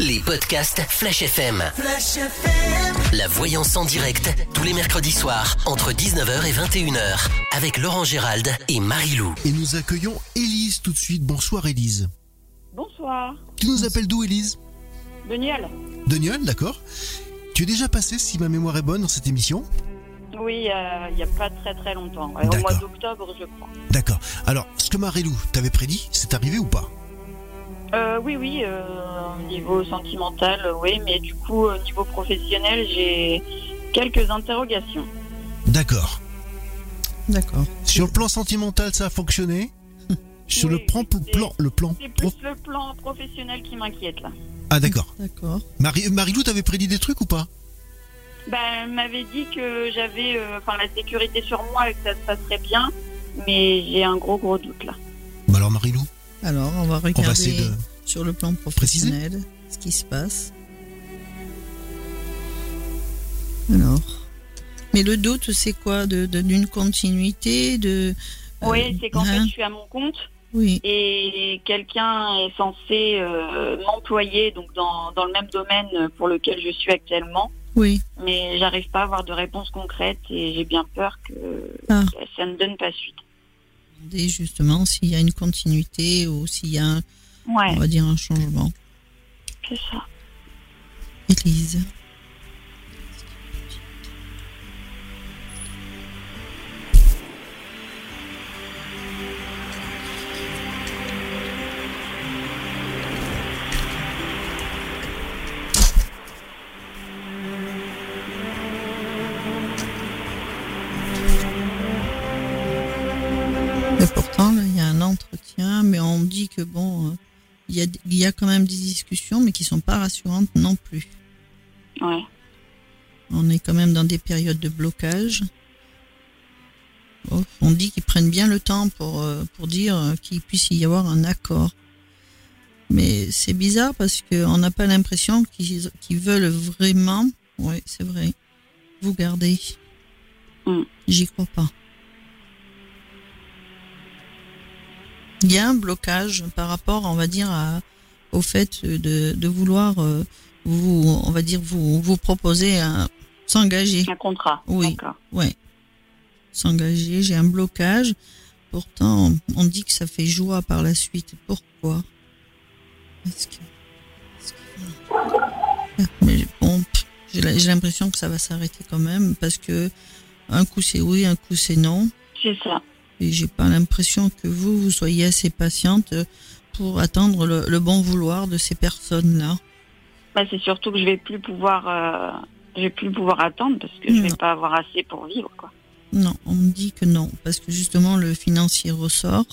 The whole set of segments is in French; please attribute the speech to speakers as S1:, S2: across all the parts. S1: Les podcasts Flash FM. La voyance en direct, tous les mercredis soirs, entre 19h et 21h, avec Laurent Gérald et Marie-Lou.
S2: Et nous accueillons Élise tout de suite. Bonsoir Élise.
S3: Bonsoir,
S2: Tu nous appelles d'où Élise
S3: Daniel.
S2: De Nyon, d'accord. Tu es déjà passé, si ma mémoire est bonne, dans cette émission
S3: Oui, euh, il n'y a pas très très longtemps, Euh, au
S2: D'accord.
S3: mois d'octobre je crois.
S2: D'accord. Alors, ce que Marilou t'avait prédit, c'est arrivé ou pas
S3: Euh, oui, oui, euh, niveau sentimental, euh, oui, mais du coup, euh, niveau professionnel, j'ai quelques interrogations.
S2: D'accord.
S4: D'accord.
S2: Sur le plan sentimental, ça a fonctionné Sur
S3: Oui,
S2: le plan,
S3: c'est-
S2: plan, le plan
S3: C'est
S2: pro-
S3: plus le plan professionnel qui m'inquiète là.
S2: Ah d'accord.
S4: D'accord.
S2: Marie, Marilou t'avait prédit des trucs ou pas
S3: Bah, elle m'avait dit que j'avais euh, enfin, la sécurité sur moi et que ça se passerait bien, mais j'ai un gros gros doute là.
S2: Bah alors Marilou,
S4: Alors, on va
S2: on va
S4: regarder
S2: essayer de...
S4: sur le plan professionnel ce qui se passe. Alors. Mais le doute, c'est quoi de, de- D'une continuité de, euh,
S3: Oui, c'est qu'en fait,
S4: hein,
S3: je suis à mon compte.
S4: Oui,
S3: et quelqu'un est censé euh, m'employer donc dans, dans le même domaine pour lequel je suis actuellement
S4: oui.
S3: mais j'arrive pas à avoir de réponse concrète et j'ai bien peur que
S4: Ah.
S3: que ça ne donne pas suite
S4: Demander justement s'il y a une continuité ou s'il y a, un-
S3: ouais
S4: on va dire, un changement.
S3: c'est ça
S4: Élise. Et pourtant, là, il y a un entretien, mais on dit que bon, euh, il y a, il y a quand même des discussions, mais qui sont pas rassurantes non plus.
S3: ouais
S4: On est quand même dans des périodes de blocage. Oh, on dit qu'ils prennent bien le temps pour, euh, pour dire euh, qu'il puisse y avoir un accord. Mais c'est bizarre parce qu'on n'a pas l'impression qu'ils qu'ils veulent vraiment, oui c'est vrai, vous garder.
S3: Mm.
S4: J'y crois pas. Il y a un blocage par rapport, on va dire, à, au fait de, de vouloir euh, vous, on va dire, vous, vous proposer à s'engager.
S3: un contrat
S4: Oui.
S3: d'accord
S4: Ouais. S'engager, j'ai un blocage. Pourtant, on dit que ça fait joie par la suite. Pourquoi Parce que. parce que- Ah, Mais bon, pff, j'ai la- j'ai l'impression que ça va s'arrêter quand même parce que un coup c'est oui, un coup c'est non.
S3: c'est ça
S4: Et j'ai pas l'impression que vous, vous soyez assez patiente pour attendre le, le bon vouloir de ces personnes-là.
S3: bah, c'est surtout que je vais plus pouvoir euh, je vais plus pouvoir attendre parce que je
S4: Non.
S3: vais pas avoir assez pour vivre quoi
S4: Non, on me dit que non, parce que justement le financier ressort.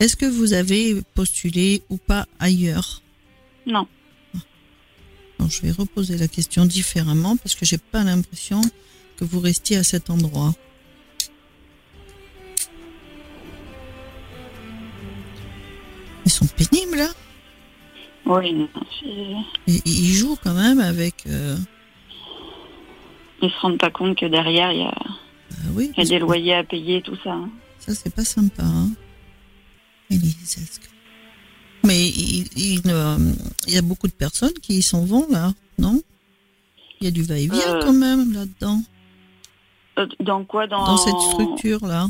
S4: Est-ce que vous avez postulé ou pas ailleurs
S3: Non.
S4: Alors, je vais reposer la question différemment parce que j'ai pas l'impression que vous restiez à cet endroit. Ils sont pénibles, hein
S3: oui non, c'est-
S4: Et- et Ils jouent quand même avec. euh,
S3: ils se rendent pas compte que derrière il y a,
S4: bah oui.
S3: il y a
S4: parce
S3: des
S4: que-
S3: loyers à payer tout ça hein.
S4: Ça, c'est pas sympa. Hein Élise, est-ce que- Mais il, il, euh, il y a beaucoup de personnes qui s'en vont, là, non Il y a du va-et-vient
S3: Euh,
S4: quand même là-dedans,
S3: Euh, dans quoi dans
S4: dans cette structure-là.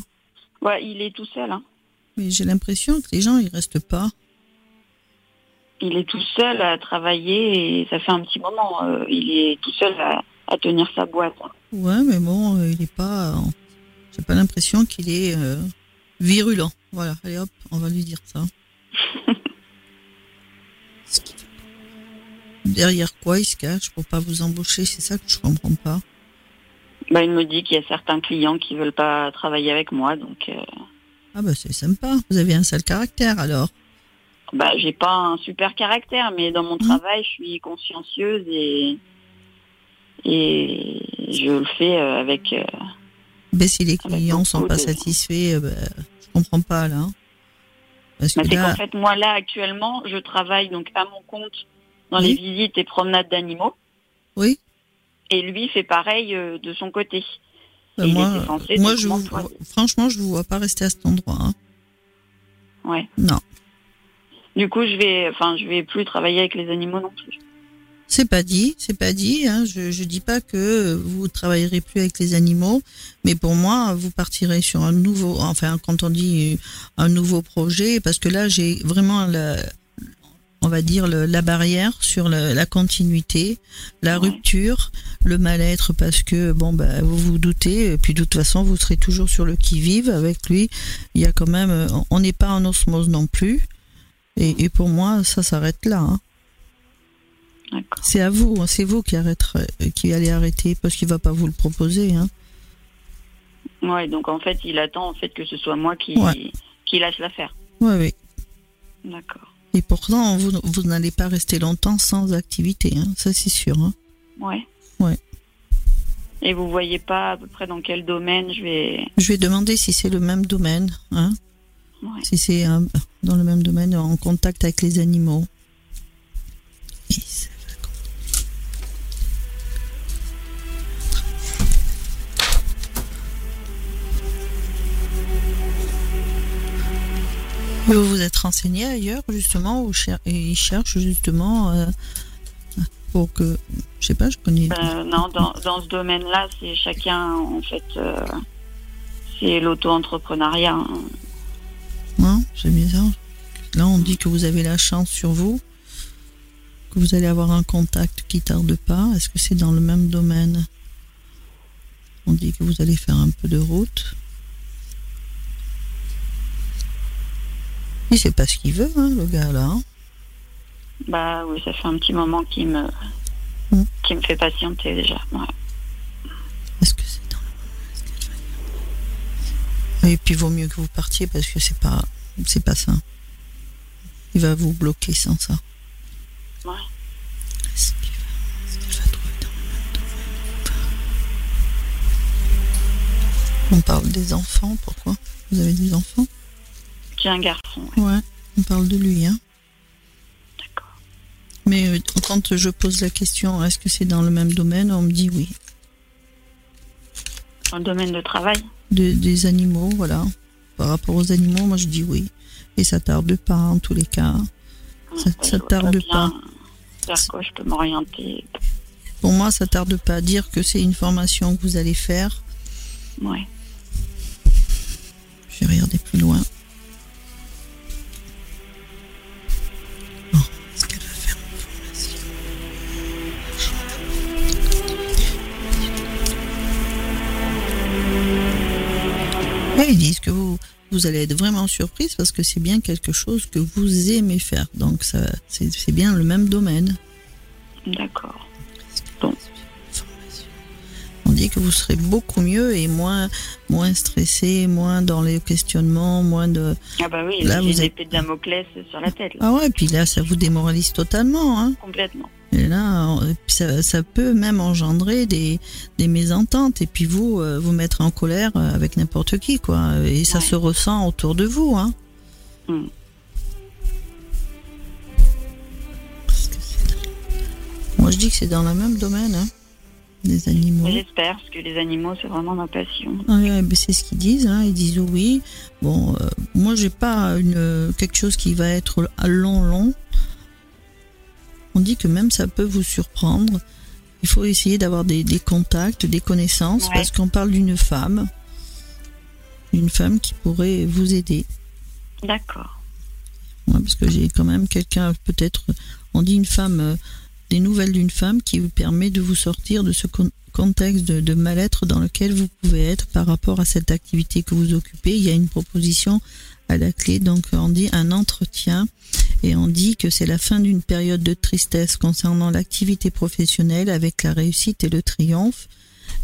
S3: ouais il est tout seul hein.
S4: Mais j'ai l'impression que les gens, ils restent pas.
S3: il est tout seul à travailler et ça fait un petit moment. euh, il est tout seul à, à tenir sa boîte.
S4: Ouais, mais bon, euh, il est pas. euh, J'ai pas l'impression qu'il est euh, virulent. Voilà, allez hop, on va lui dire ça. Ce qui- Derrière quoi il se cache pour pas vous embaucher C'est ça que je comprends pas.
S3: Bah, il me dit qu'il y a certains clients qui veulent pas travailler avec moi, donc euh,
S4: Ah bah c'est sympa, vous avez un sale caractère alors.
S3: bah j'ai pas un super caractère, mais dans
S4: Mmh.
S3: mon travail, je suis consciencieuse et et je le fais euh, avec. euh,
S4: Mais si les
S3: Ah bah,
S4: clients sont
S3: beaucoup
S4: pas
S3: de-
S4: satisfaits, euh, bah, je comprends pas là. hein. Parce que
S3: bah, c'est qu'en
S4: là,
S3: fait, moi là actuellement, je travaille donc à mon compte dans les
S4: Oui.
S3: visites et promenades d'animaux.
S4: Oui.
S3: Et lui fait pareil euh, de son côté.
S4: bah,
S3: Et il
S4: moi,
S3: était censé
S4: moi
S3: donc
S4: je vous-
S3: m'employer.
S4: franchement je vous vois pas rester à cet endroit. hein.
S3: Ouais.
S4: Non.
S3: Du coup, je vais, enfin, je vais plus travailler avec les animaux non plus.
S4: C'est pas dit, c'est pas dit. hein. Je, je dis pas que vous travaillerez plus avec les animaux, mais pour moi, vous partirez sur un nouveau, enfin, quand on dit euh, un nouveau projet, parce que là, j'ai vraiment la, on va dire le- la barrière sur la, la continuité, la
S3: Ouais.
S4: rupture, le mal-être, parce que bon, bah, vous vous doutez, et puis de toute façon, vous serez toujours sur le qui vive avec lui. Il y a quand même, euh, on n'est pas en osmose non plus. Et, et pour moi, ça s'arrête là. hein.
S3: D'accord.
S4: C'est à vous, hein, c'est vous qui, arrêterez- euh, qui allez arrêter parce qu'il va pas vous le proposer. Hein.
S3: Ouais, donc en fait, il attend en fait que ce soit moi qui,
S4: Ouais.
S3: qui lâche l'affaire.
S4: Ouais, oui.
S3: D'accord.
S4: Et pourtant, vous, vous n'allez pas rester longtemps sans activité, hein, ça c'est sûr. hein.
S3: Ouais.
S4: Ouais.
S3: Et vous voyez pas à peu près dans quel domaine je vais.
S4: Je vais demander si c'est le même domaine, hein,
S3: Ouais.
S4: si c'est hein, dans le même domaine en contact avec les animaux. Et ça va comme- Vous vous êtes renseigné ailleurs justement où cher- et ils cherchent justement euh, pour que je sais pas je connais
S3: Euh, non, dans, dans ce domaine-là, c'est chacun en fait. euh, c'est l'auto-entrepreneuriat. hein.
S4: Hein, c'est bizarre. Là, on dit que vous avez la chance sur vous, que vous allez avoir un contact qui tarde pas. Est-ce que c'est dans le même domaine On dit que vous allez faire un peu de route. Il sait pas ce qu'il veut, hein, le gars là. hein.
S3: Bah oui, ça fait un petit moment qui me
S4: Mm.
S3: qui me fait patienter déjà. Ouais.
S4: Est-ce que c'est dans le Et puis vaut mieux que vous partiez parce que c'est pas c'est pas ça. Il va vous bloquer sans ça.
S3: Ouais.
S4: Est-ce qu'il va- est-ce qu'elle va trouver dans le même domaine ou pas On parle des enfants, pourquoi Vous avez des enfants
S3: J'ai un garçon. ouais.
S4: Ouais, on parle de lui, hein.
S3: D'accord.
S4: Mais euh, quand je pose la question, est-ce que c'est dans le même domaine On me dit oui.
S3: Dans le domaine de travail.
S4: de- des animaux, voilà. Par rapport aux animaux, moi je dis oui. Et ça tarde pas en tous les cas. Ça-
S3: Ouais,
S4: ça
S3: je vois pas
S4: tarde
S3: bien
S4: pas.
S3: Vers quoi je peux m'orienter.
S4: Pour moi, ça tarde pas à dire que c'est une formation que vous allez faire.
S3: Ouais.
S4: Je vais regarder plus loin. Bon, est-ce qu'elle va faire une formation Et ils disent que vous, vous allez être vraiment surprise parce que c'est bien quelque chose que vous aimez faire. Donc ça, c'est c'est bien le même domaine.
S3: D'accord.
S4: On dit que vous serez beaucoup mieux et moins, moins stressé, moins dans les questionnements, moins de,
S3: Ah bah oui, j'ai
S4: Là, vous
S3: une
S4: êtes-
S3: épée de Damoclès sur la tête, là.
S4: Ah ouais, puis là, ça vous démoralise totalement. Hein.
S3: complètement.
S4: Et là, on- ça, ça peut même engendrer des, des mésententes et puis vous euh, vous mettre en colère euh, avec n'importe qui, quoi. Et ça
S3: Ouais.
S4: se ressent autour de vous. Hein.
S3: Mm.
S4: Parce que c'est dans- Moi, je dis que c'est dans le même domaine, hein, des animaux.
S3: Mais J'espère, parce que les animaux, c'est vraiment ma passion.
S4: Ah ouais, ben c'est ce qu'ils disent, hein. ils disent oui. Bon, euh, moi j'ai pas une, quelque chose qui va être à long long. On dit que même ça peut vous surprendre. Il faut essayer d'avoir des, des contacts, des connaissances,
S3: Ouais.
S4: parce qu'on parle d'une femme, d'une femme qui pourrait vous aider.
S3: D'accord.
S4: Ouais, parce que j'ai quand même quelqu'un, peut-être, on dit une femme, euh, des nouvelles d'une femme qui vous permet de vous sortir de ce con- contexte de, de mal-être dans lequel vous pouvez être par rapport à cette activité que vous occupez. Il y a une proposition à la clé, donc on dit un entretien et on dit que c'est la fin d'une période de tristesse concernant l'activité professionnelle avec la réussite et le triomphe.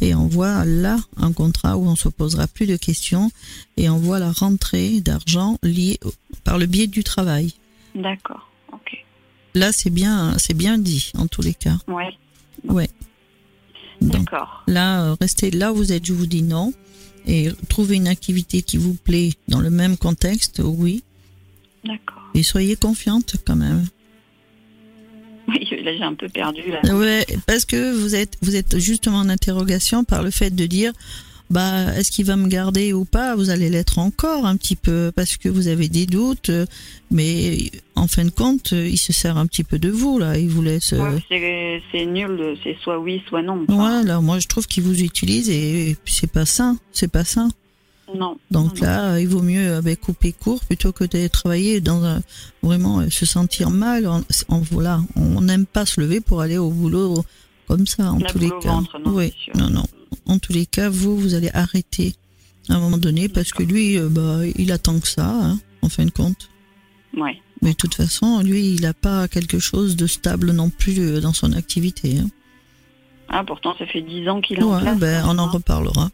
S4: Et on voit là un contrat où on se posera plus de questions et on voit la rentrée d'argent liée au- par le biais du travail.
S3: D'accord. Ok.
S4: Là, c'est bien, c'est bien dit en tous les cas.
S3: Ouais.
S4: Ouais. Donc
S3: D'accord.
S4: là, euh, restez là où vous êtes, je vous dis non. Et trouvez une activité qui vous plaît dans le même contexte, oui.
S3: D'accord.
S4: Et soyez confiante quand même.
S3: Oui, là, j'ai un peu
S4: Euh.
S3: perdu, là.
S4: Ouais, parce que vous êtes, vous êtes justement en interrogation par le fait de dire bah, est-ce qu'il va me garder ou pas Vous allez l'être encore un petit peu parce que vous avez des doutes, euh, mais en fin de compte, euh, il se sert un petit peu de vous là. Il vous laisse. euh,
S3: Ouais, c'est- c'est nul, c'est soit oui, soit non. Enfin,
S4: Ouais, là, moi je trouve qu'il vous utilise et, et puis c'est pas sain, c'est pas sain.
S3: Non.
S4: Donc
S3: non,
S4: là, il vaut mieux euh, ben, couper court plutôt que de travailler dans un- vraiment euh, se sentir mal. En, en- voilà, on n'aime pas se lever pour aller au boulot comme ça en
S3: La
S4: tous
S3: boule
S4: les
S3: au
S4: cas.
S3: ventre, non,
S4: oui,
S3: c'est sûr.
S4: non, non. En tous les cas, vous, vous allez arrêter à un moment donné parce que lui, euh, bah, il attend que ça, hein, en fin de compte.
S3: non. Ouais.
S4: Mais de toute façon, lui, il n'a pas quelque chose de stable non plus euh, dans son activité. hein.
S3: Ah, pourtant, ça fait 10 ans qu'il est en
S4: Ouais,
S3: place,
S4: ben,
S3: hein.
S4: on en reparlera.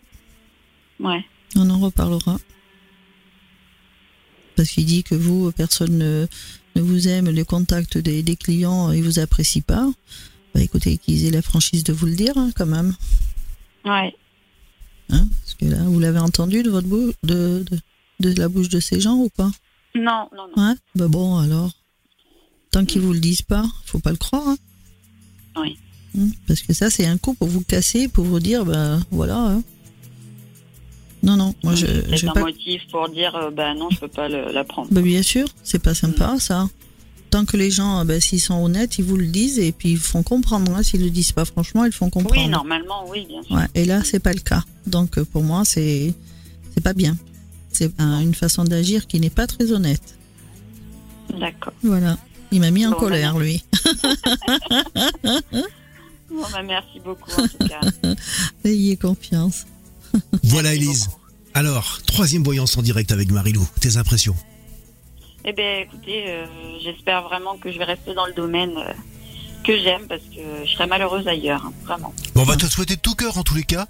S3: Ouais.
S4: On en reparlera. Parce qu'il dit que vous, personne ne, ne vous aime, le contact des, des clients, ils vous apprécient pas. Bah écoutez, qu'ils aient la franchise de vous le dire, hein, quand même.
S3: Ouais.
S4: Hein Parce que là, vous l'avez entendu de votre bou- de, de, de la bouche de ces gens ou pas
S3: Non, non, non.
S4: Ouais Bah bon, alors. Tant qu'ils vous le disent pas, faut pas le croire. hein.
S3: Oui.
S4: Hein, Parce que ça, c'est un coup pour vous casser, pour vous dire, bah voilà. hein. Non, non, moi je,
S3: c'est
S4: je vais
S3: un
S4: pas
S3: motif pour dire, euh, bah non, je peux pas le- la prendre.
S4: Bah, bien sûr, c'est pas
S3: Mm.
S4: sympa ça. Tant que les gens, euh, bah, s'ils sont honnêtes, ils vous le disent et puis ils font comprendre. hein. S'ils le disent pas franchement, ils font comprendre.
S3: Oui, normalement, oui, bien sûr.
S4: Ouais, et là, c'est pas le cas. Donc euh, pour moi, c'est c'est pas bien. C'est un- une façon d'agir qui n'est pas très honnête.
S3: D'accord.
S4: Voilà. Il m'a mis en
S3: Bon, bah,
S4: colère, lui.
S3: Bon, bah, merci beaucoup, en tout cas.
S4: Ayez confiance.
S2: Voilà,
S3: Merci
S2: Elise.
S3: beaucoup.
S2: Alors, troisième voyance en direct avec Marilou. Tes impressions
S3: Eh bien, écoutez, euh, j'espère vraiment que je vais rester dans le domaine euh, que j'aime parce que je serais malheureuse ailleurs, hein, vraiment.
S2: Bon, on va te souhaiter de tout cœur en tous les cas.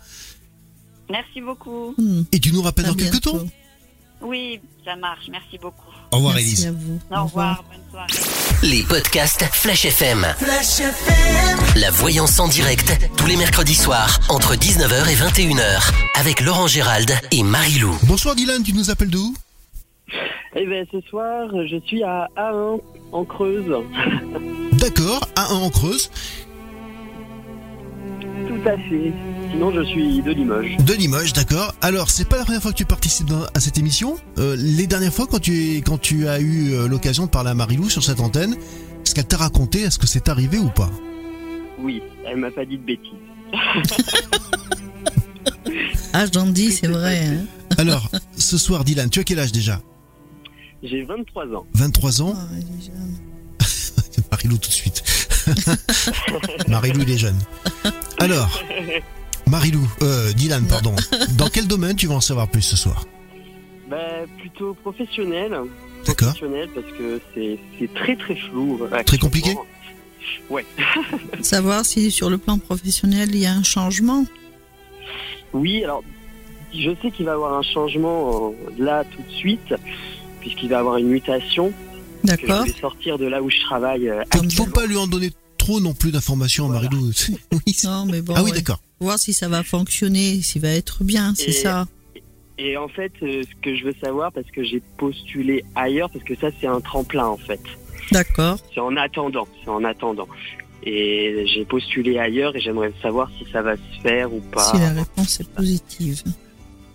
S3: Merci beaucoup.
S4: Hmm.
S2: Et tu nous rappelles
S4: À
S2: dans quelques
S4: bientôt.
S2: temps.
S3: Oui, ça marche. Merci beaucoup.
S2: Au revoir,
S4: Merci
S2: Elise.
S4: à vous.
S3: Au revoir. Bonne soirée.
S1: Les podcasts Flash FM. La voyance en direct, tous les mercredis soirs, entre 19h et 21h, avec Laurent Gérald et Marie-Lou.
S2: Bonsoir, Dylan. Tu nous appelles d'où
S5: Eh bien, ce soir, je suis à A1, en Creuse.
S2: D'accord, à 1 en Creuse,
S5: Tout à fait. Sinon, je suis de Limoges.
S2: de Limoges, d'accord. Alors, c'est pas la première fois que tu participes dans- à cette émission. Euh, les dernières fois, quand tu, es- quand tu as eu euh, l'occasion de parler à Marilou sur cette antenne, est-ce qu'elle t'a raconté Est-ce que c'est arrivé ou pas
S5: Oui, elle m'a pas dit de bêtises.
S4: Ah, j'en dis, c'est vrai. hein.
S2: Alors, ce soir, Dylan, tu as quel âge déjà
S5: J'ai 23 ans.
S2: 23 ans
S4: Ah, il est jeune.
S2: Marilou tout de suite. Marilou, il est jeune. Alors, Marilou, euh, Dylan, pardon. Dans quel domaine tu vas en savoir plus ce soir
S5: Bah, plutôt professionnel.
S2: D'accord.
S5: Professionnel, parce que c'est c'est très très flou. euh,
S2: Très compliqué
S5: actuellement.
S4: Savoir si sur le plan professionnel, il y a un changement.
S5: Oui, alors, je sais qu'il va y avoir un changement euh, là tout de suite, puisqu'il va y avoir une mutation. Que je
S4: D'accord.
S5: vais sortir de là où je travaille. euh,
S2: Il faut pas lui en donner trop non plus d'informations à
S5: Voilà.
S2: Marilou. Oui, c'est-
S4: Non, mais bon.
S2: ah oui,
S4: ouais.
S2: d'accord.
S4: voir si ça va fonctionner, s'il va être bien, c'est
S5: Et-
S4: ça.
S5: Et en fait, euh, ce que je veux savoir, parce que j'ai postulé ailleurs, parce que ça, c'est un tremplin, en fait.
S4: D'accord.
S5: C'est en attendant, c'est en attendant. Et j'ai postulé ailleurs et j'aimerais savoir si ça va se faire ou pas.
S4: Si la réponse est positive.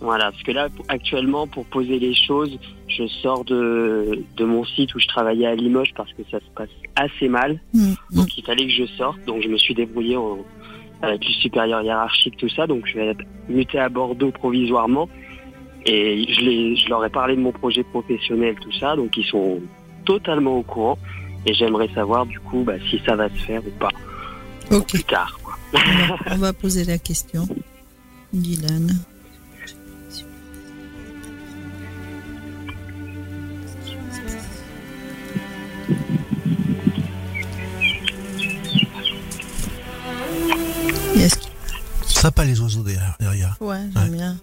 S5: Voilà, parce que là, pour- actuellement, pour poser les choses, je sors de, de mon site où je travaillais à Limoges parce que ça se passe assez mal.
S4: Mm, mm.
S5: Donc il fallait que je sorte, donc je me suis débrouillé en- avec le supérieur hiérarchique, tout ça. Donc je vais être muté à Bordeaux provisoirement. Et je, les- je leur ai parlé de mon projet professionnel, tout ça. Donc ils sont totalement au courant. Et j'aimerais savoir du coup bah, si ça va se faire ou pas
S4: Ok,
S5: plus tard. quoi.
S4: on va poser la question. Dylan. Et Est-ce qu'il-
S2: Ça pas les oiseaux derrière- derrière.
S4: Ouais, j'aime bien.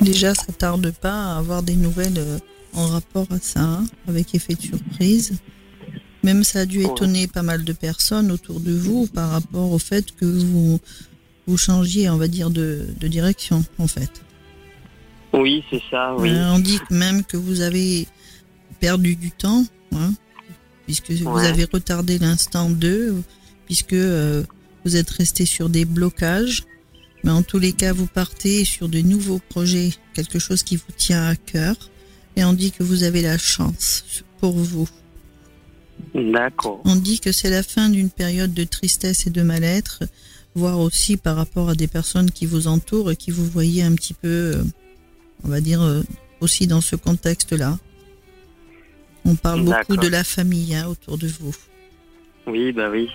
S4: Déjà, ça tarde pas à avoir des nouvelles euh, en rapport à ça, hein, avec effet de surprise. Même ça a dû
S5: Ouais.
S4: étonner pas mal de personnes autour de vous par rapport au fait que vous, vous changiez, on va dire, de, de direction, en fait.
S5: Oui, Ah c'est ça, oui.
S4: Euh, on dit même que vous avez perdu du temps. hein. puisque vous avez retardé l'instant 2, puisque euh, vous êtes resté sur des blocages. Mais en tous les cas, vous partez sur de nouveaux projets, quelque chose qui vous tient à cœur. Et on dit que vous avez la chance pour vous.
S5: D'accord.
S4: On dit que c'est la fin d'une période de tristesse et de mal-être, voire aussi par rapport à des personnes qui vous entourent et qui vous voyez un petit peu, euh, on va dire, euh, aussi dans ce contexte-là. On parle beaucoup
S5: D'accord.
S4: de la famille hein, autour de vous,
S5: Oui, bah oui.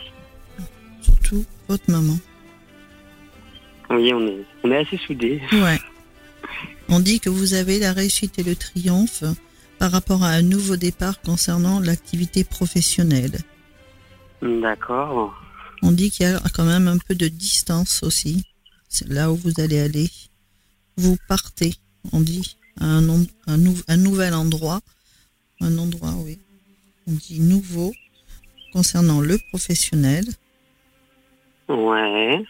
S4: surtout votre maman.
S5: Oui, on est, on est assez soudés.
S4: Ouais. On dit que vous avez la réussite et le triomphe par rapport à un nouveau départ concernant l'activité professionnelle.
S5: D'accord.
S4: On dit qu'il y a quand même un peu de distance aussi. C'est là où vous allez aller. Vous partez, on dit, à un, nom- un nou- un nouvel endroit. Un endroit, oui. On dit nouveau concernant le professionnel.
S5: Ouais.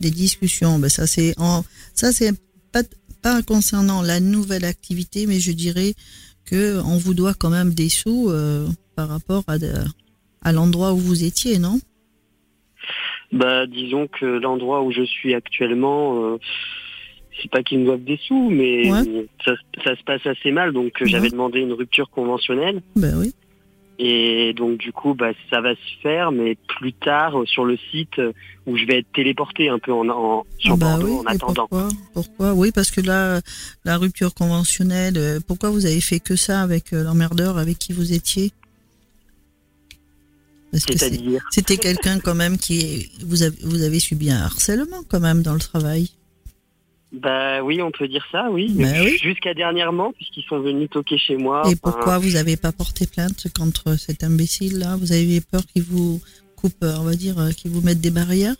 S4: Des discussions, ben ça c'est en, ça c'est pas, pas concernant la nouvelle activité, mais je dirais que on vous doit quand même des sous euh, par rapport à, de- à l'endroit où vous étiez, non
S5: Bah, disons que l'endroit où je suis actuellement, euh, c'est pas qu'ils me doivent des sous, mais
S4: Ouais.
S5: ça, ça se passe assez mal. Donc, euh,
S4: Ouais.
S5: j'avais demandé une rupture conventionnelle.
S4: Ben oui.
S5: Et donc, du coup, bah, ça va se faire, mais plus tard, euh, sur le site euh, où je vais être téléporté un peu en, en- sur
S4: Ah bah
S5: Bordeaux
S4: oui,
S5: en
S4: et
S5: attendant.
S4: Pourquoi, pourquoi Oui, parce que là, la rupture conventionnelle, euh, pourquoi vous avez fait que ça avec euh, l'emmerdeur avec qui vous étiez Parce que c'est-
S5: C'est-à-dire,
S4: c'était quelqu'un quand même qui... Vous avez, vous avez subi un harcèlement quand même dans le travail.
S5: bah oui, on peut dire ça, oui. Ah,
S4: Bah oui.
S5: Jusqu'à dernièrement, puisqu'ils sont venus toquer chez moi.
S4: et
S5: Enfin,
S4: pourquoi vous n'avez pas porté plainte contre cet imbécile-là Vous avez peur qu'il vous coupe, euh, on va dire, euh, qu'il vous mette des barrières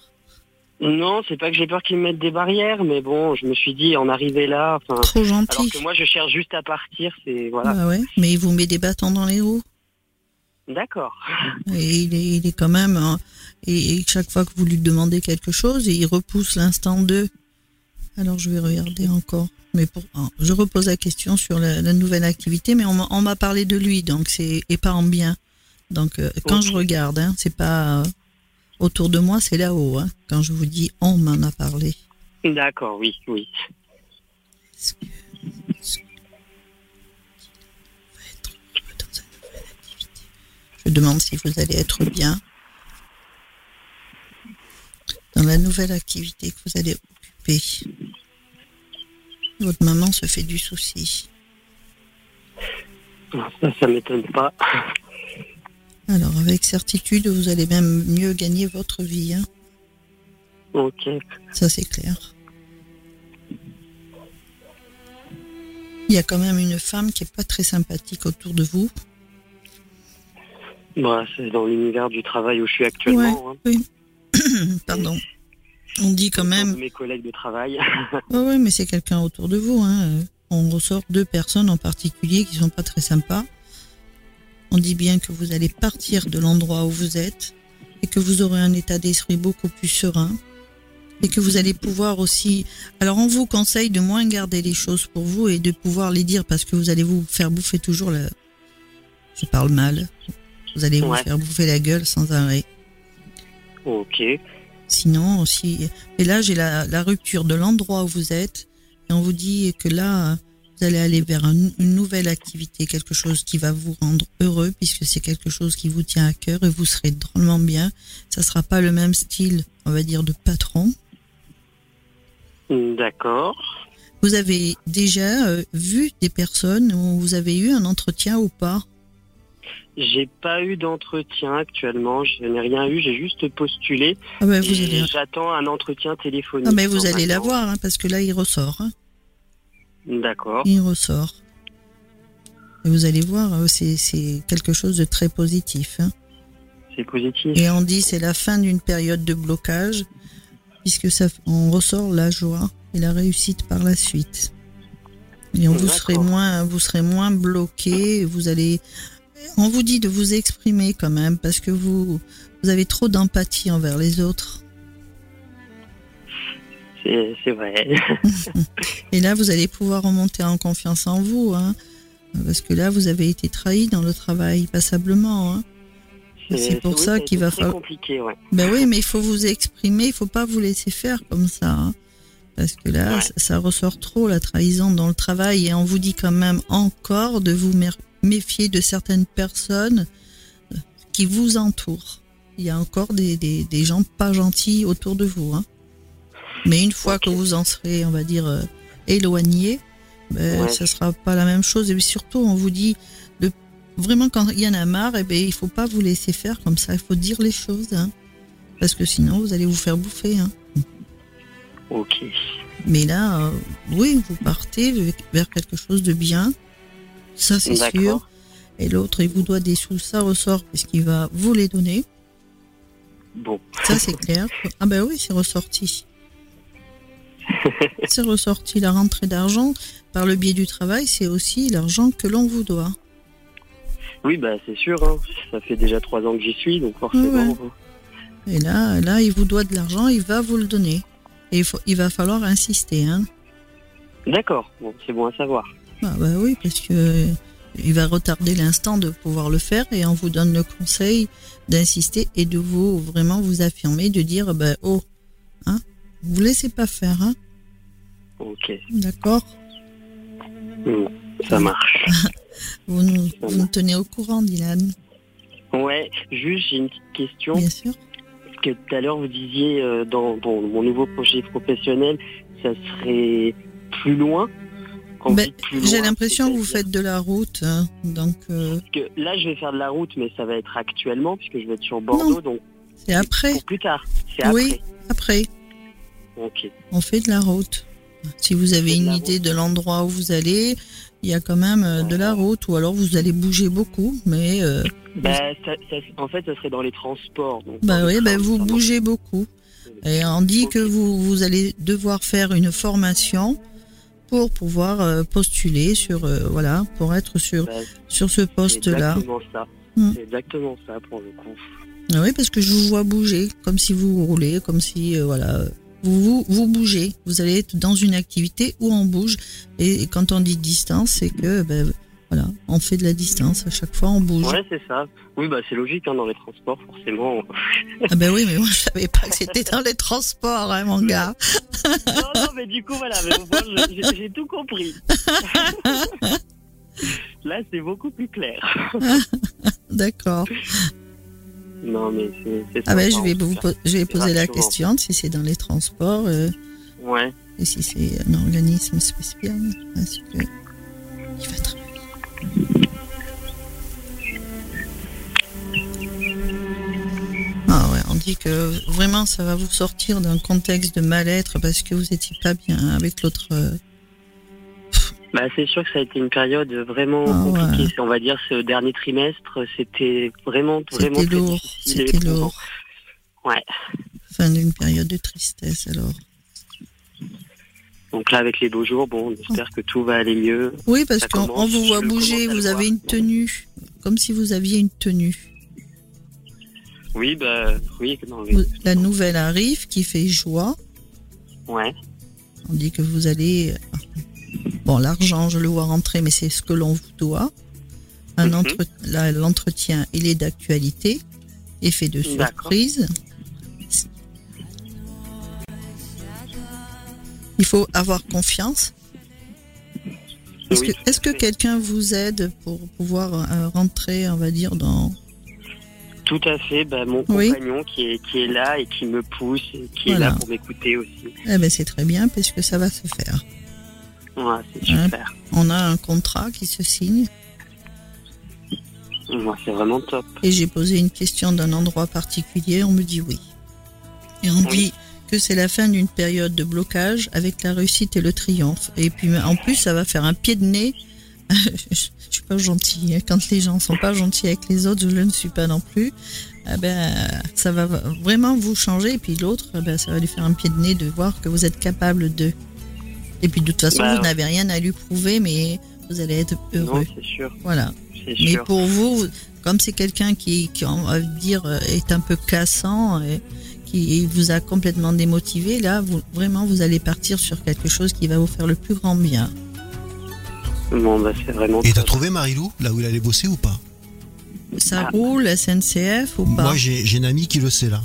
S5: Non, c'est pas que j'ai peur qu'ils me mettent des barrières, mais bon, je me suis dit, en arriver là, enfin,
S4: Trop
S5: Ah. alors
S4: gentil.
S5: que moi, je cherche juste à partir, c'est voilà.
S4: Ah ouais, mais il vous met des bâtons dans les roues.
S5: D'accord.
S4: Et il est, il est quand même. hein, et, et chaque fois que vous lui demandez quelque chose, il repousse l'instant 2. Alors je vais regarder encore. Mais pour, ah, je repose la question sur la, la nouvelle activité, mais on, m'a- on m'a parlé de lui, donc c'est et pas en bien. Donc euh, quand
S5: Ok.
S4: je regarde, hein, c'est pas euh, autour de moi, c'est là-haut. hein, quand je vous dis on m'en a parlé.
S5: D'accord, oui, oui.
S4: Est-ce que- est-ce que- va être dans sa nouvelle activité Je demande si vous allez être bien dans la nouvelle activité que vous allez occuper. Votre maman se fait du souci.
S5: Ça, ça m'étonne pas.
S4: Alors, avec certitude, vous allez même mieux gagner votre vie. hein.
S5: Ok.
S4: Ça, c'est clair. Il y a quand même une femme qui est pas très sympathique autour de vous.
S5: Bah, c'est dans l'univers du travail où je suis actuellement. hein.
S4: Pardon. On dit quand même.
S5: Mes collègues de travail.
S4: Oui, ouais, mais c'est quelqu'un autour de vous. Hein. Euh, On ressort deux personnes en particulier qui sont pas très sympas. On dit bien que vous allez partir de l'endroit où vous êtes et que vous aurez un état d'esprit beaucoup plus serein et que vous allez pouvoir aussi. Alors, on vous conseille de moins garder les choses pour vous et de pouvoir les dire parce que vous allez vous faire bouffer toujours la. Je parle mal. Vous allez vous
S5: Ouais.
S4: faire bouffer la gueule sans arrêt.
S5: ok.
S4: Sinon, si. Et là, j'ai la, la rupture de l'endroit où vous êtes. Et on vous dit que là, vous allez aller vers un- une nouvelle activité, quelque chose qui va vous rendre heureux, puisque c'est quelque chose qui vous tient à cœur et vous serez drôlement bien. Ça sera pas le même style, on va dire, de patron.
S5: D'accord.
S4: Vous avez déjà euh, vu des personnes où vous avez eu un entretien ou pas
S5: J'ai pas eu d'entretien actuellement. Je n'ai rien eu. J'ai juste postulé.
S4: Ah ben, vous
S5: Et
S4: allez.
S5: J'attends un entretien téléphonique.
S4: Ah, mais vous allez
S5: normalement.
S4: l'avoir, hein, parce que là, il ressort. hein.
S5: D'accord.
S4: il ressort. Et vous allez voir, euh, c'est c'est quelque chose de très positif. hein.
S5: C'est positif.
S4: Et on dit c'est la fin d'une période de blocage, puisque ça, on ressort la joie et la réussite par la suite. Et on- vous
S5: D'accord.
S4: serez moins, vous serez moins bloqué. Vous allez, on vous dit de vous exprimer quand même, parce que vous, vous avez trop d'empathie envers les autres.
S5: C'est c'est vrai.
S4: Et là, vous allez pouvoir remonter en confiance en vous. hein. Parce que là, vous avez été trahi dans le travail, passablement. Hein. C'est pour
S5: oui,
S4: ça
S5: a
S4: qu'il
S5: été
S4: va
S5: très
S4: falloir.
S5: compliqué, ouais.
S4: Ben oui, mais il faut vous exprimer, il faut pas vous laisser faire comme ça. hein. Parce que là,
S5: Ouais.
S4: ça, ça ressort trop la trahison dans le travail et on vous dit quand même encore de vous mer- méfier de certaines personnes euh, qui vous entourent. Il y a encore des, des, des gens pas gentils autour de vous. hein. Mais une fois
S5: Ok.
S4: que vous en serez, on va dire, euh, éloigné, ben,
S5: Ouais.
S4: ça sera pas la même chose. Et puis surtout, on vous dit de vraiment quand il y en a marre, eh ben il faut pas vous laisser faire comme ça. Il faut dire les choses, hein. parce que sinon vous allez vous faire bouffer. Hein.
S5: Ok.
S4: Mais là, euh, oui, vous partez ve- vers quelque chose de bien, ça c'est sûr.
S5: D'accord.
S4: Et l'autre, il vous doit des sous, ça ressort parce qu'il va vous les donner.
S5: Bon.
S4: Ça c'est clair. Ah ben oui, c'est ressorti. c'est ressorti la rentrée d'argent par le biais du travail. C'est aussi l'argent que l'on vous doit.
S5: Oui, bah c'est sûr. hein. Ça fait déjà trois ans que j'y suis, donc forcément. hein.
S4: Et là, là, il vous doit de l'argent, il va vous le donner. Et il, faut- il va falloir insister. Hein.
S5: D'accord. Bon, c'est bon à savoir.
S4: Ah bah oui, parce que euh, il va retarder l'instant de pouvoir le faire et on vous donne le conseil d'insister et de vous vraiment vous affirmer, de dire ben oh, hein, vous laissez pas faire, hein,
S5: Ok.
S4: d'accord
S5: Bon, ça marche.
S4: vous, nous- vous nous tenez au courant, Dylan,
S5: Ouais. Juste, j'ai une petite question.
S4: bien sûr.
S5: Parce que tout à l'heure, vous disiez euh, dans bon, mon nouveau projet professionnel, ça serait plus loin. Quand vous
S4: Ben,
S5: dites plus
S4: J'ai
S5: loin,
S4: l'impression que vous
S5: c'est-à-dire
S4: faites de la route, hein, donc euh,
S5: que là, je vais faire de la route, mais ça va être actuellement, puisque je vais être sur Bordeaux, donc
S4: c'est après,
S5: pour plus tard. C'est
S4: Oui. après.
S5: après. Ok.
S4: on fait de la route. Si vous avez
S5: fait de
S4: une
S5: la
S4: idée de l'endroit où vous allez, il y a quand même euh, de la route, ou alors vous allez bouger beaucoup, mais euh,
S5: Bah, ça, ça- en fait, ça serait dans les transports. Donc
S4: bah
S5: dans les
S4: oui, bah
S5: trains,
S4: vous
S5: ça marche.
S4: bougez beaucoup. Et on dit
S5: Ok.
S4: que vous, vous allez devoir faire une formation pour pouvoir euh, postuler sur, euh, voilà, pour être sur,
S5: Bah,
S4: sur ce
S5: c'est
S4: poste-là.
S5: exactement ça.
S4: Hmm.
S5: C'est exactement ça pour le coup.
S4: Ah Oui, parce que je vous vois bouger, comme si vous roulez, comme si, euh, voilà, vous, vous, vous bougez. Vous allez être dans une activité où on bouge. Et, quand on dit distance, c'est que, ben, voilà, on fait de la distance. À chaque fois, on bouge.
S5: Ouais, c'est ça. Oui, bah c'est logique hein, dans les transports, forcément.
S4: Ah ben oui, mais moi, je savais pas que c'était dans les transports, hein, mon gars.
S5: non, non, mais du coup, voilà, mais au moins, je- j'ai- j'ai tout compris. Là, c'est beaucoup plus clair.
S4: D'accord.
S5: Non, mais c'est c'est
S4: Ah ben, je
S5: sympa,
S4: vais
S5: en tout
S4: vous,
S5: cas.
S4: po- je vais poser la
S5: rassurant.
S4: question de si c'est dans les transports euh,
S5: Ouais,
S4: et si c'est un organisme spécial. Parce que il va travailler. Ah ouais, on dit que vraiment ça va vous sortir d'un contexte de mal-être parce que vous n'étiez pas bien avec l'autre. euh,
S5: bah, c'est sûr que ça a été une période vraiment
S4: Ah, ouais.
S5: compliquée. On va dire ce dernier trimestre, c'était vraiment, vraiment
S4: C'était
S5: très
S4: lourd,
S5: difficile et
S4: c'était
S5: éprouvant.
S4: lourd.
S5: Ouais.
S4: Fin d'une période de tristesse alors.
S5: Donc là, avec les beaux jours, bon, on
S4: Ah.
S5: espère que tout va aller mieux.
S4: Oui, parce
S5: Ça
S4: qu'on on
S5: commence,
S4: vous voit
S5: je
S4: bouger,
S5: commence à le
S4: vous avez
S5: voir.
S4: une tenue, comme si vous aviez une tenue.
S5: Oui, bah, oui, non, oui.
S4: Vous- La nouvelle arrive qui fait joie.
S5: Ouais,
S4: On dit que vous allez. Bon, l'argent, je le vois rentrer, mais c'est ce que l'on vous doit. Un
S5: Mhm.
S4: entre- la- L'entretien, il est d'actualité. Effet de
S5: D'accord.
S4: surprise. Il faut avoir confiance. Est-ce
S5: Oui,
S4: que,
S5: tout
S4: est-ce que
S5: fait.
S4: quelqu'un vous aide pour pouvoir euh, rentrer, on va dire, dans.
S5: tout à fait. Bah, mon
S4: Oui.
S5: compagnon qui est, qui est là et qui me pousse, et qui
S4: Voilà.
S5: est là pour m'écouter aussi.
S4: Eh ben, c'est très bien, parce que ça va se faire.
S5: Ouais, c'est
S4: Ouais.
S5: super.
S4: On a un contrat qui se signe.
S5: Ouais, c'est vraiment top.
S4: et j'ai posé une question d'un endroit particulier, on me dit oui. Et on
S5: Oui.
S4: dit que c'est la fin d'une période de blocage avec la réussite et le triomphe. Et puis en plus, ça va faire un pied de nez. je suis pas gentille. hein. Quand les gens sont pas gentils avec les autres, je ne le suis pas non plus. Ah ben, ça va vraiment vous changer. Et puis l'autre, ah ben, ça va lui faire un pied de nez de voir que vous êtes capable de. Et puis de toute façon,
S5: Bah,
S4: vous
S5: ouais.
S4: n'avez rien à lui prouver, mais vous allez être heureux.
S5: Non, c'est sûr,
S4: Voilà.
S5: c'est
S4: Mais
S5: sûr.
S4: pour vous, comme c'est quelqu'un qui, qui, on va dire, euh, est un peu cassant et qui vous a complètement démotivé, là, vous, vraiment, vous allez partir sur quelque chose qui va vous faire le plus grand bien.
S5: Bon, bah, c'est vraiment.
S2: Et
S5: top.
S2: t'as trouvé Marilou là où il allait bosser ou pas
S4: Ça
S5: Ah.
S4: roule, SNCF ou pas
S2: Moi j'ai j'ai une amie qui le sait là.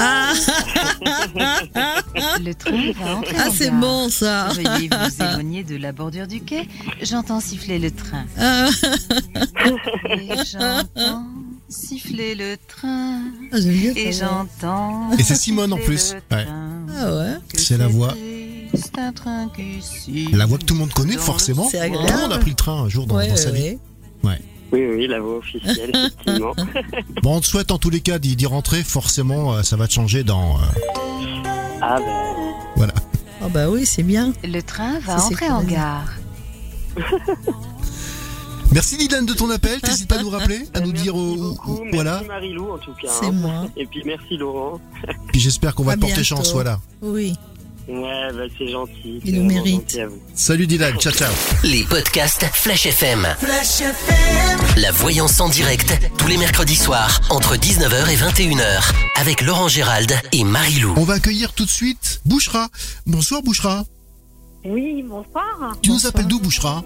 S4: Ah,
S6: Le train va entrer
S4: ah
S6: en
S4: c'est
S6: gare.
S4: bon ça.
S6: Veuillez vous éloigner de la bordure du quai. J'entends siffler le train.
S4: Ah,
S6: Et j'entends siffler le train.
S4: ah, j'aime bien
S6: Et
S4: ça.
S6: j'entends.
S2: Et c'est Simone, en
S6: siffler
S2: plus.
S6: le
S2: Ouais.
S6: train.
S4: Ah ouais.
S6: Que
S2: C'est la voix.
S6: triste, un train qui siffle.
S2: La voix que tout le monde connaît
S6: Dans
S2: forcément.
S4: C'est
S2: Tout
S4: agréable.
S2: le monde a pris le train un jour dans,
S4: Ouais,
S2: dans sa
S4: ouais,
S2: vie.
S4: ouais.
S5: Oui, oui, la voix officielle, effectivement.
S2: Bon, on te souhaite en tous les cas d'y d'y rentrer. Forcément, euh, ça va te changer dans. euh,
S5: Ah, bah,
S2: voilà.
S4: Ah bah oui, c'est bien.
S6: Le train va
S4: Ça, c'est
S6: entrer en
S4: cool.
S6: gare.
S2: Merci Dylan de ton appel. T'hésites pas à nous rappeler, à
S5: bah,
S2: nous
S5: merci
S2: dire. euh,
S5: beaucoup.
S2: où- où-
S5: Merci
S2: voilà.
S5: Marilou, en tout cas.
S4: C'est
S5: hein.
S4: moi.
S5: Et puis merci Laurent.
S2: Puis j'espère qu'on va
S4: À
S2: te porter
S4: bientôt.
S2: chance. Voilà.
S4: Oui.
S5: Ouais, bah, c'est gentil.
S4: Il
S5: C'est
S4: nous
S5: vraiment
S4: mérite.
S5: gentil à vous.
S2: Salut Dylan. Ciao ciao.
S1: Les podcasts Flash FM. La voyance en direct tous les mercredis soirs entre 19h et 21h avec Laurent Gérald et Marie-Lou.
S2: On va accueillir tout de suite Bouchra. Bonsoir Bouchra.
S7: Oui, bonsoir,
S2: Tu nous
S4: Bonsoir.
S2: appelles d'où Bouchra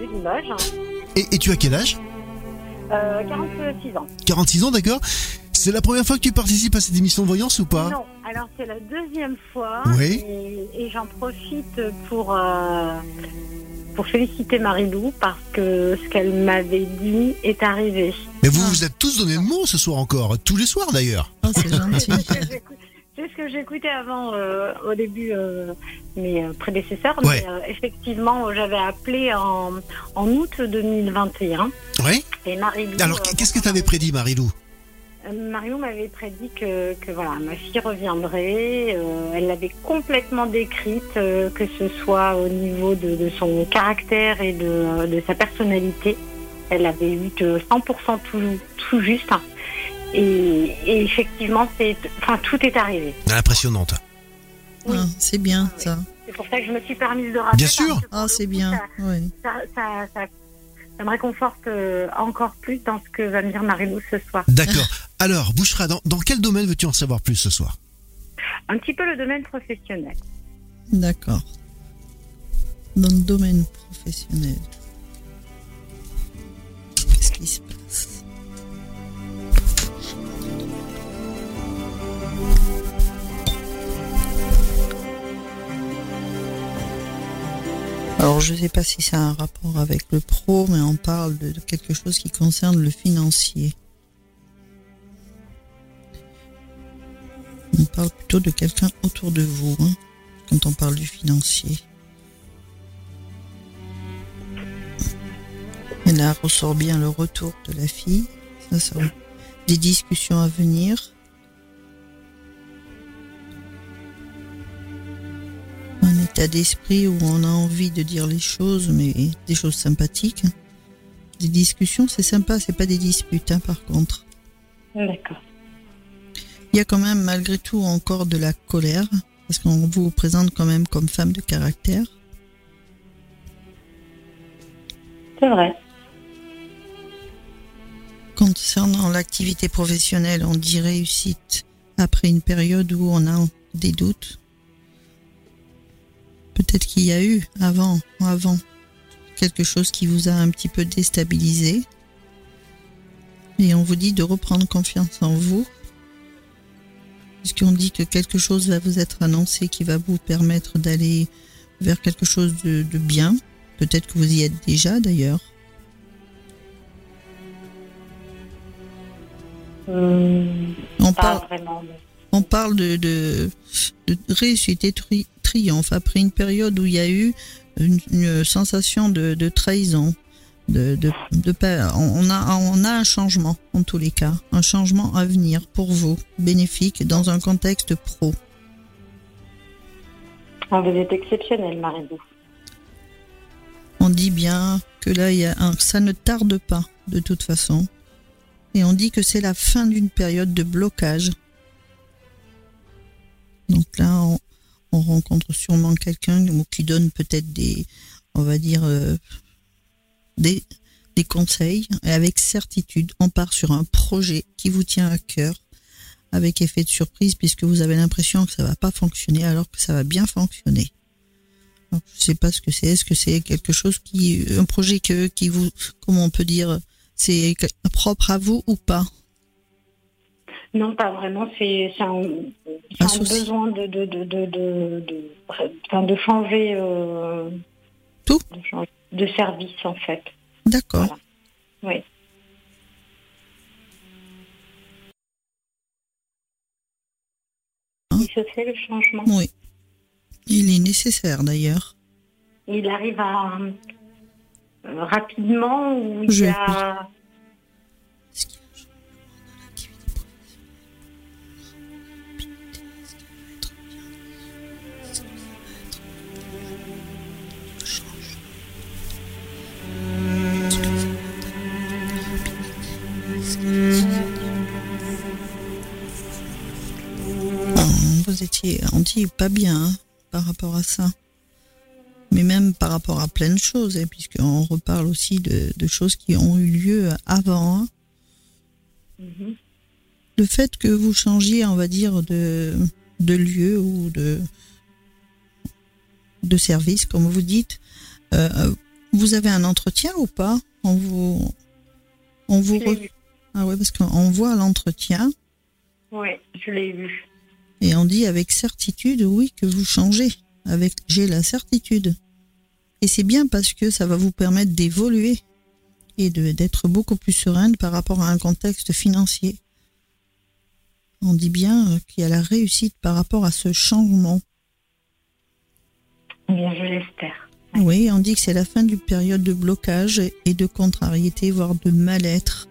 S7: de Limoges,
S2: et, et tu as quel âge
S7: hein. euh, 46 ans.
S2: 46 ans, d'accord. C'est la première fois que tu participes à cette émission de voyance ou pas
S7: Non, alors c'est la deuxième fois
S2: Ah. Oui.
S7: et, et j'en profite pour, euh, pour féliciter Marie-Lou parce que ce qu'elle m'avait dit est arrivé.
S2: Mais vous
S4: Non.
S2: vous êtes tous donné le mot ce soir encore, tous les soirs d'ailleurs.
S4: Oh, c'est gentil.
S7: C'est ce que j'écou- c'est ce que j'écoutais avant euh, au début euh, mes euh, prédécesseurs,
S2: Ouais.
S7: mais euh, effectivement j'avais appelé en, en août 2021
S2: Oui.
S7: et Marie-Lou.
S2: Alors
S7: euh,
S2: qu'est-ce que t'avais prédit, Marilou
S7: Euh, Mario m'avait prédit que, que voilà, ma fille reviendrait. euh, elle l'avait complètement décrite, euh, que ce soit au niveau de, de son caractère et de, de sa personnalité. Elle avait eu de 100% tout, tout juste. Et, et effectivement, c'est, enfin, tout est arrivé.
S2: Impressionnante.
S7: Oui.
S4: Ah, c'est bien ça.
S7: C'est pour ça que je me suis permise de rappeler.
S2: Bien
S7: parce
S2: sûr.
S7: que pour
S4: Ah,
S7: le
S4: c'est
S7: coup,
S4: bien.
S7: ça-
S4: Oui.
S7: Ça, ça- ça- ça me réconforte euh, encore plus dans ce que va me dire Marilou ce soir.
S2: D'accord. Alors, Bouchra, dans, dans quel domaine veux-tu en savoir plus ce soir
S7: Un petit peu le domaine professionnel.
S4: D'accord. Dans le domaine professionnel. Qu'est-ce qui se passe Alors, je ne sais pas si ça a un rapport avec le pro, mais on parle de de quelque chose qui concerne le financier. On parle plutôt de quelqu'un autour de vous, hein, quand on parle du financier. Et là ressort bien le retour de la fille. Ça, ça- des discussions à venir. Un état d'esprit où on a envie de dire les choses, mais des choses sympathiques. Des discussions, c'est sympa, c'est pas des disputes, hein, par contre.
S7: D'accord.
S4: Il y a quand même malgré tout encore de la colère, parce qu'on vous présente quand même comme femme de caractère.
S7: C'est vrai.
S4: Concernant l'activité professionnelle, on dit réussite après une période où on a des doutes. Peut-être qu'il y a eu avant, avant, quelque chose qui vous a un petit peu déstabilisé. Et on vous dit de reprendre confiance en vous. Puisqu'on dit que quelque chose va vous être annoncé qui va vous permettre d'aller vers quelque chose de, de bien. Peut-être que vous y êtes déjà d'ailleurs. On parle,
S7: vraiment.
S4: On parle de, de, de réussite et tri- triomphe après une période où il y a eu une, une sensation de, de trahison. De, de, de pa- on, on a, on a un changement, en tous les cas, un changement à venir pour vous, bénéfique dans un contexte pro.
S7: Ah, Vous êtes exceptionnelle, Marie-Lou.
S4: On dit bien que là, il y a un, ça ne tarde pas, de toute façon. Et on dit que c'est la fin d'une période de blocage. Donc là, on, on rencontre sûrement quelqu'un ou qui donne peut-être des, on va dire, euh, des, des conseils. Et avec certitude, on part sur un projet qui vous tient à cœur, avec effet de surprise, puisque vous avez l'impression que ça va pas fonctionner alors que ça va bien fonctionner. Alors, je sais pas ce que c'est. Est-ce que c'est quelque chose qui, un projet que, qui vous, comment on peut dire, c'est que- propre à vous ou pas
S7: Non, pas vraiment. C'est c'est un, c'est
S4: Un
S7: un
S4: souci.
S7: besoin de, de, de, de, de, de- enfin, de changer euh,
S4: Tout Hein.
S7: de, changer- de service en fait.
S4: D'accord.
S7: Oui. Il se fait le changement.
S4: Oui. Il est nécessaire d'ailleurs.
S7: Il arrive à euh, rapidement ou il
S4: Je-
S7: y a
S4: Est-ce qu'il y a un changement dans l'activité professionnelle Est-ce qu'elle va être bien Est-ce que ça va être le changement Est-ce que ça va être Est-ce que ça va être Ah, Vous étiez anti pas bien hein, par rapport à ça. Mais même par rapport à plein de choses, hein, puisqu'on reparle aussi de, de choses qui ont eu lieu avant. hein
S7: Mhm.
S4: le fait que vous changiez, on va dire, de, de lieu ou de, de service, comme vous dites, euh, vous avez un entretien ou pas On vous. On vous
S7: Je l'ai
S4: re-
S7: vu.
S4: Ah ouais, parce qu'on voit l'entretien
S7: Oui, je l'ai vu.
S4: et on dit avec certitude, oui, que vous changez. Avec j'ai la certitude. Et c'est bien parce que ça va vous permettre d'évoluer et de- d'être beaucoup plus sereine par rapport à un contexte financier. On dit bien euh, qu'il y a la réussite par rapport à ce changement.
S7: Eh Bien, je l'espère.
S4: Hein. Oui, on dit que c'est la fin d'une période de blocage et de contrariété, voire de mal-être.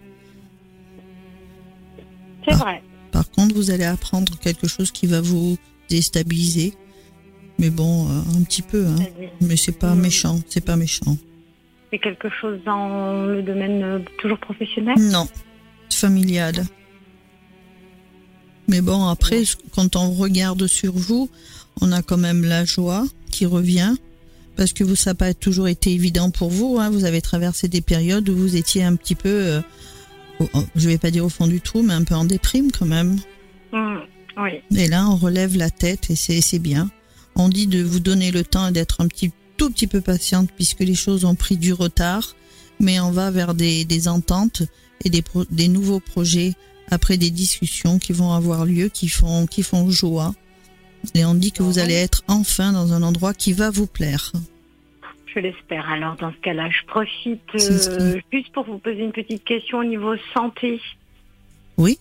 S7: C'est
S4: Ah.
S7: vrai.
S4: Par contre, vous allez apprendre quelque chose qui va vous déstabiliser. Mais bon, euh, un petit peu, hein.
S7: C'est-à-dire,
S4: Mais c'est pas
S7: Mm.
S4: méchant, c'est pas méchant.
S7: C'est quelque chose dans le domaine euh, toujours professionnel.
S4: Non, familial. Mais bon, après, quand on regarde sur vous, on a quand même la joie qui revient. Parce que vous, ça n'a pas toujours été évident pour vous. hein. Vous avez traversé des périodes où vous étiez un petit peu, euh, au- au- je vais pas dire au fond du trou, mais un peu en déprime quand même. Hein.
S7: Mm, Oui.
S4: Et là, on relève la tête et c'est c'est bien. On dit de vous donner le temps et d'être un petit, tout petit peu patiente puisque les choses ont pris du retard, mais on va vers des, des ententes et des, pro- des nouveaux projets après des discussions qui vont avoir lieu, qui font, qui font joie. Et on dit que vous allez être enfin dans un endroit qui va vous plaire.
S7: Je l'espère. Alors, dans ce cas-là, je profite
S4: C'est ce
S7: euh, juste pour vous poser une petite question au niveau santé.
S4: Oui.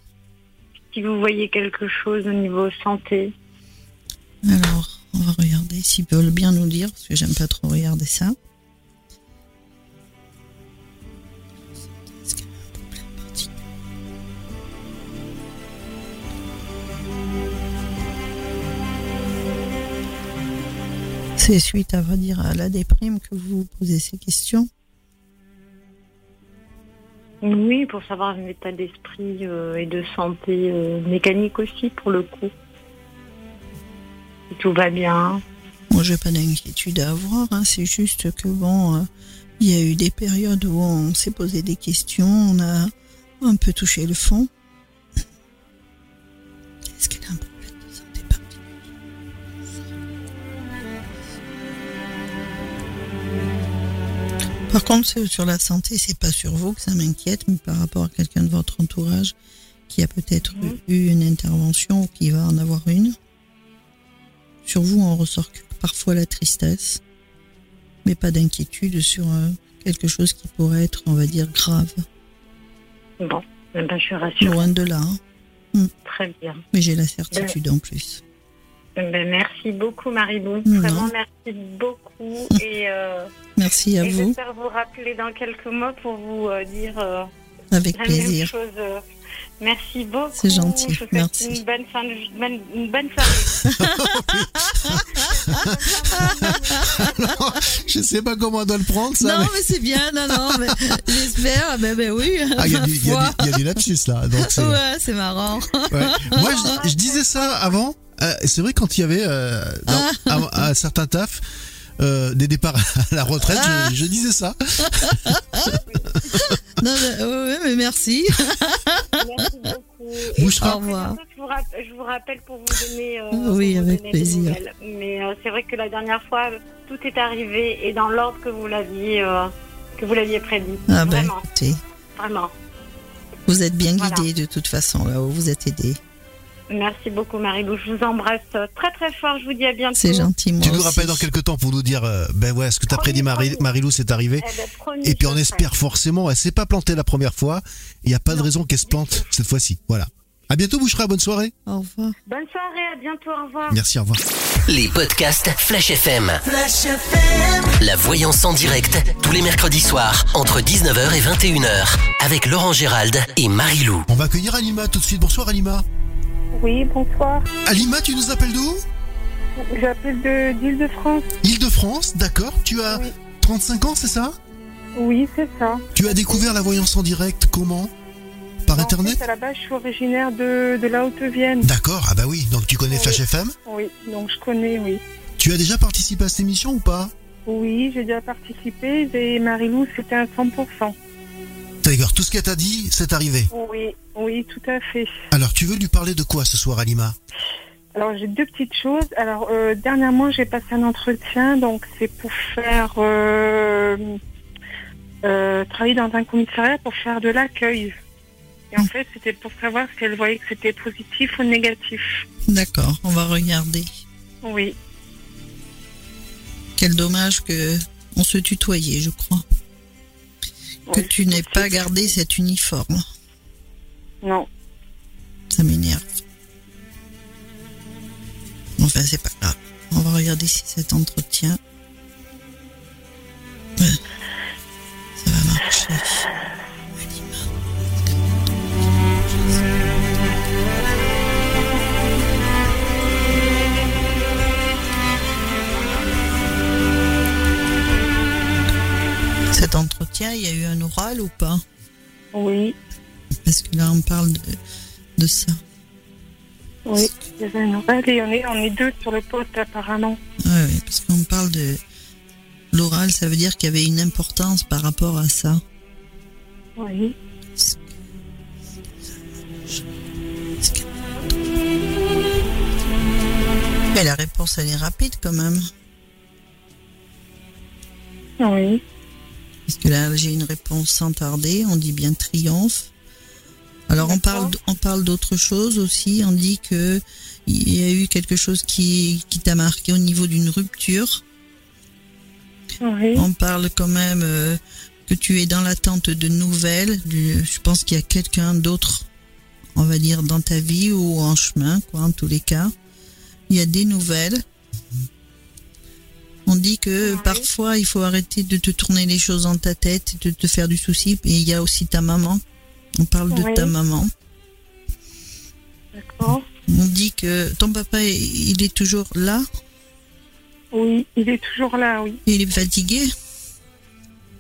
S7: Si vous voyez quelque chose au niveau santé.
S4: Alors, on va regarder s'ils veulent bien nous dire, parce que j'aime pas trop regarder ça. Est-ce qu'elle a un problème particulier C'est suite, à vrai dire, à la déprime que vous vous posez ces questions.
S7: Oui, pour savoir un état d'esprit euh, et de santé euh, mécanique aussi, pour le coup. Si tout va bien.
S4: Moi, j'ai pas d'inquiétude à avoir. hein, C'est juste que bon, euh, il y a eu des périodes où on s'est posé des questions, on a un peu touché le fond. Est-ce qu'elle a un problème de santé particulier Par contre, c'est sur la santé, c'est pas sur vous que ça m'inquiète, mais par rapport à quelqu'un de votre entourage qui a peut-être
S7: Mhm.
S4: eu une intervention ou qui va en avoir une. Sur vous, on ressort que parfois la tristesse, mais pas d'inquiétude sur euh, quelque chose qui pourrait être, on va dire, grave.
S7: Bon, Eh ben, je suis rassurée.
S4: Loin de là, hein.
S7: Très bien.
S4: mais j'ai la certitude en plus.
S7: Eh ben, merci beaucoup, Marie-Lou.
S4: Non.
S7: Vraiment, merci beaucoup. Et, euh,
S4: Merci à
S7: et
S4: vous,
S7: j'espère vous rappeler dans quelques mois pour vous euh, dire... euh,
S4: avec
S7: La même
S4: plaisir.
S7: chose. euh, Merci beaucoup.
S4: C'est gentil,
S7: Je vous souhaite
S4: merci.
S7: Une bonne fin de ju- bonne- une bonne soirée.
S2: Je sais pas comment on doit le prendre, ça.
S4: Non,
S2: mais-
S4: mais c'est bien, non, non, mais j'espère, ben, ben oui,
S2: Ah, il y a du, il y a
S4: parfois.
S2: du- il y a du lapsus, là. Donc c'est-
S4: Ouais, c'est marrant.
S2: ouais. Moi, je, je disais ça avant. euh, c'est vrai, quand il y avait, euh, dans- à, à certains tafs, euh, des départs à la retraite, je, je disais ça.
S4: Non, mais, ouais, mais merci.
S7: merci beaucoup.
S2: Bouchera.
S4: Au revoir.
S7: Je vous
S8: rapp- je vous rappelle pour vous donner. euh,
S4: Oui,
S8: pour vous
S4: avec
S8: donner des
S4: plaisir.
S8: nouvelles. Mais euh, c'est vrai que la dernière fois, tout est arrivé et dans l'ordre que vous l'aviez, euh, que vous l'aviez prédit.
S4: Ah ben,
S8: vraiment,
S4: écoutez,
S8: vraiment.
S4: vous êtes bien guidé
S8: Voilà.
S4: de toute façon là-haut, vous êtes aidé.
S8: Merci beaucoup, Marie-Lou. Je vous embrasse euh, très très fort. Je vous dis à bientôt.
S4: C'est gentil, moi
S2: Tu nous
S4: aussi.
S2: rappelles dans quelques temps pour nous dire, euh, ben ouais, ce que t'as
S8: Promis,
S2: prédit Marie-
S8: promis.
S2: Marilou, c'est arrivé.
S8: Eh ben, promis,
S2: Et
S8: je
S2: puis on
S8: le
S2: espère forcément, elle s'est pas plantée la première fois. Il n'y a pas de raison qu'elle se plante cette fois-ci. Voilà. À bientôt, Bouchra. Bonne soirée.
S4: Au revoir.
S8: ferai. Bonne soirée, à bientôt, au
S7: Ah.
S8: revoir.
S2: Merci, au revoir.
S1: Les podcasts Flash FM. La voyance en direct, tous les mercredis soirs, entre 19h et 21h, avec Laurent Gérald et Marie-Lou.
S2: On va accueillir Alima tout de suite. Bonsoir, Alima.
S7: Oui, bonsoir.
S2: Alima, tu nous appelles d'où
S7: J'appelle de d'Île-de-France.
S2: Île-de-France, d'accord. Tu as
S7: Oui.
S2: 35 ans, c'est ça
S7: Oui, c'est ça.
S2: Tu as découvert la voyance en direct comment Par
S7: En
S2: internet
S7: fait, À la base, je suis originaire de, de la Haute-Vienne.
S2: D'accord. Ah bah oui, donc tu connais
S7: Oui.
S2: Flash FM
S7: Oui, donc je connais, oui.
S2: Tu as déjà participé à cette émission ou pas
S7: Oui, j'ai déjà participé et Marilou, c'était un 100%.
S2: D'ailleurs, tout ce qu'elle t'a dit, c'est arrivé.
S7: Oui, oui, tout à fait.
S2: Alors, tu veux lui parler de quoi ce soir, Alima
S7: Alors, j'ai deux petites choses. Alors, euh, dernièrement, j'ai passé un entretien, donc c'est pour faire... euh, euh, travailler dans un commissariat pour faire de l'accueil. Et en fait, c'était pour savoir si elle voyait que c'était positif ou négatif.
S4: D'accord, on va regarder.
S7: Oui.
S4: Quel dommage que on se tutoyait, je crois. Que
S7: oui.
S4: tu n'aies pas gardé cet uniforme.
S7: Non.
S4: Ça m'énerve. Enfin, c'est pas grave. On va regarder si cet entretien. euh, Ça va marcher. Alima. Cet entretien, il y a eu un oral ou pas
S7: Oui,
S4: Parce que là, on parle de, de ça.
S7: oui. Il y avait un oral et on est, on est deux sur le poste apparemment.
S4: Ouais, ouais, parce qu'on parle de l'oral, ça veut dire qu'il y avait une importance par rapport à ça.
S7: Oui.
S4: Mais la réponse, elle est rapide quand même.
S7: Oui.
S4: Parce que là, j'ai une réponse sans tarder. On dit bien triomphe. Alors, on parle, d- on parle d'autre chose aussi. On dit que il y a eu quelque chose qui, qui t'a marqué au niveau d'une rupture.
S7: Oui.
S4: On parle quand même euh, que tu es dans l'attente de nouvelles. Du, je pense qu'il y a quelqu'un d'autre, on va dire, dans ta vie ou en chemin, quoi, en tous les cas. Il y a des nouvelles. On dit que
S7: Oui.
S4: parfois il faut arrêter de te tourner les choses dans ta tête, de te faire du souci. Et il y a aussi ta maman. On parle de
S7: Oui.
S4: ta maman.
S7: D'accord.
S4: On dit que ton papa, il est toujours là.
S7: Oui, il est toujours là, oui.
S4: Il est fatigué.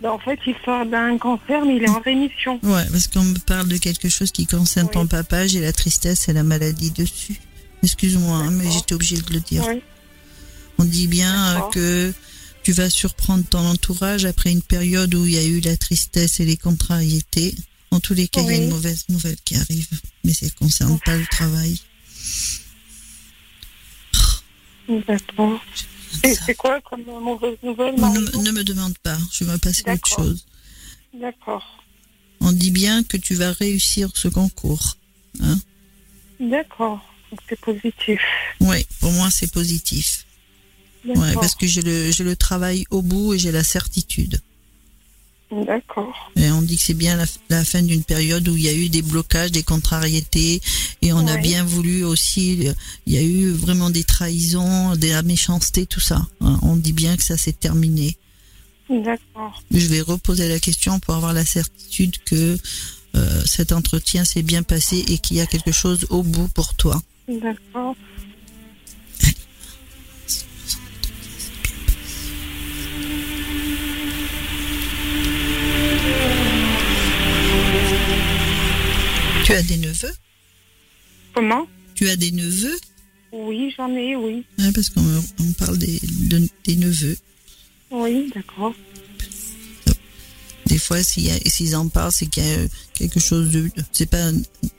S7: Ben, en fait, il sort d'un cancer, mais il est en rémission.
S4: Ouais, parce qu'on me parle de quelque chose qui concerne
S7: Oui.
S4: ton papa, j'ai la tristesse et la maladie dessus. Excuse-moi, hein, mais
S7: D'accord.
S4: j'étais obligée de le dire.
S7: Oui.
S4: On dit bien euh,
S7: D'accord.
S4: que tu vas surprendre ton entourage après une période où il y a eu la tristesse et les contrariétés. En tous les cas, il y a
S7: Oui.
S4: une mauvaise nouvelle qui arrive, mais ça ne concerne pas le travail.
S7: D'accord. Et c'est quoi comme mauvaise nouvelle,
S4: Ne,
S7: Marie
S4: me- ne me demande pas, je vais passer à autre
S7: D'accord.
S4: chose.
S7: D'accord.
S4: On dit bien que tu vas réussir ce concours.
S7: D'accord. Donc, C'est positif.
S4: Ouais, pour moi c'est positif.
S7: D'accord.
S4: Ouais, parce que j'ai le, j'ai le travail au bout et j'ai la certitude.
S7: D'accord.
S4: Et on dit que c'est bien la, la fin d'une période où il y a eu des blocages, des contrariétés, et on a
S7: Ouais.
S4: bien voulu aussi, euh, il y a eu vraiment des trahisons, de la méchanceté, tout ça. Hein, On dit bien que ça s'est terminé.
S7: D'accord.
S4: Je vais reposer la question pour avoir la certitude que euh, cet entretien s'est bien passé et qu'il y a quelque chose au bout pour toi.
S7: D'accord.
S4: Tu as des neveux
S7: Comment
S4: Tu as des neveux
S7: Oui, j'en ai, oui.
S4: Hein, Parce qu'on me- on parle des, de- des neveux.
S7: Oui, d'accord.
S4: des fois, s'il y a- s'ils en parlent, c'est qu'il y a euh, quelque chose de, c'est pas,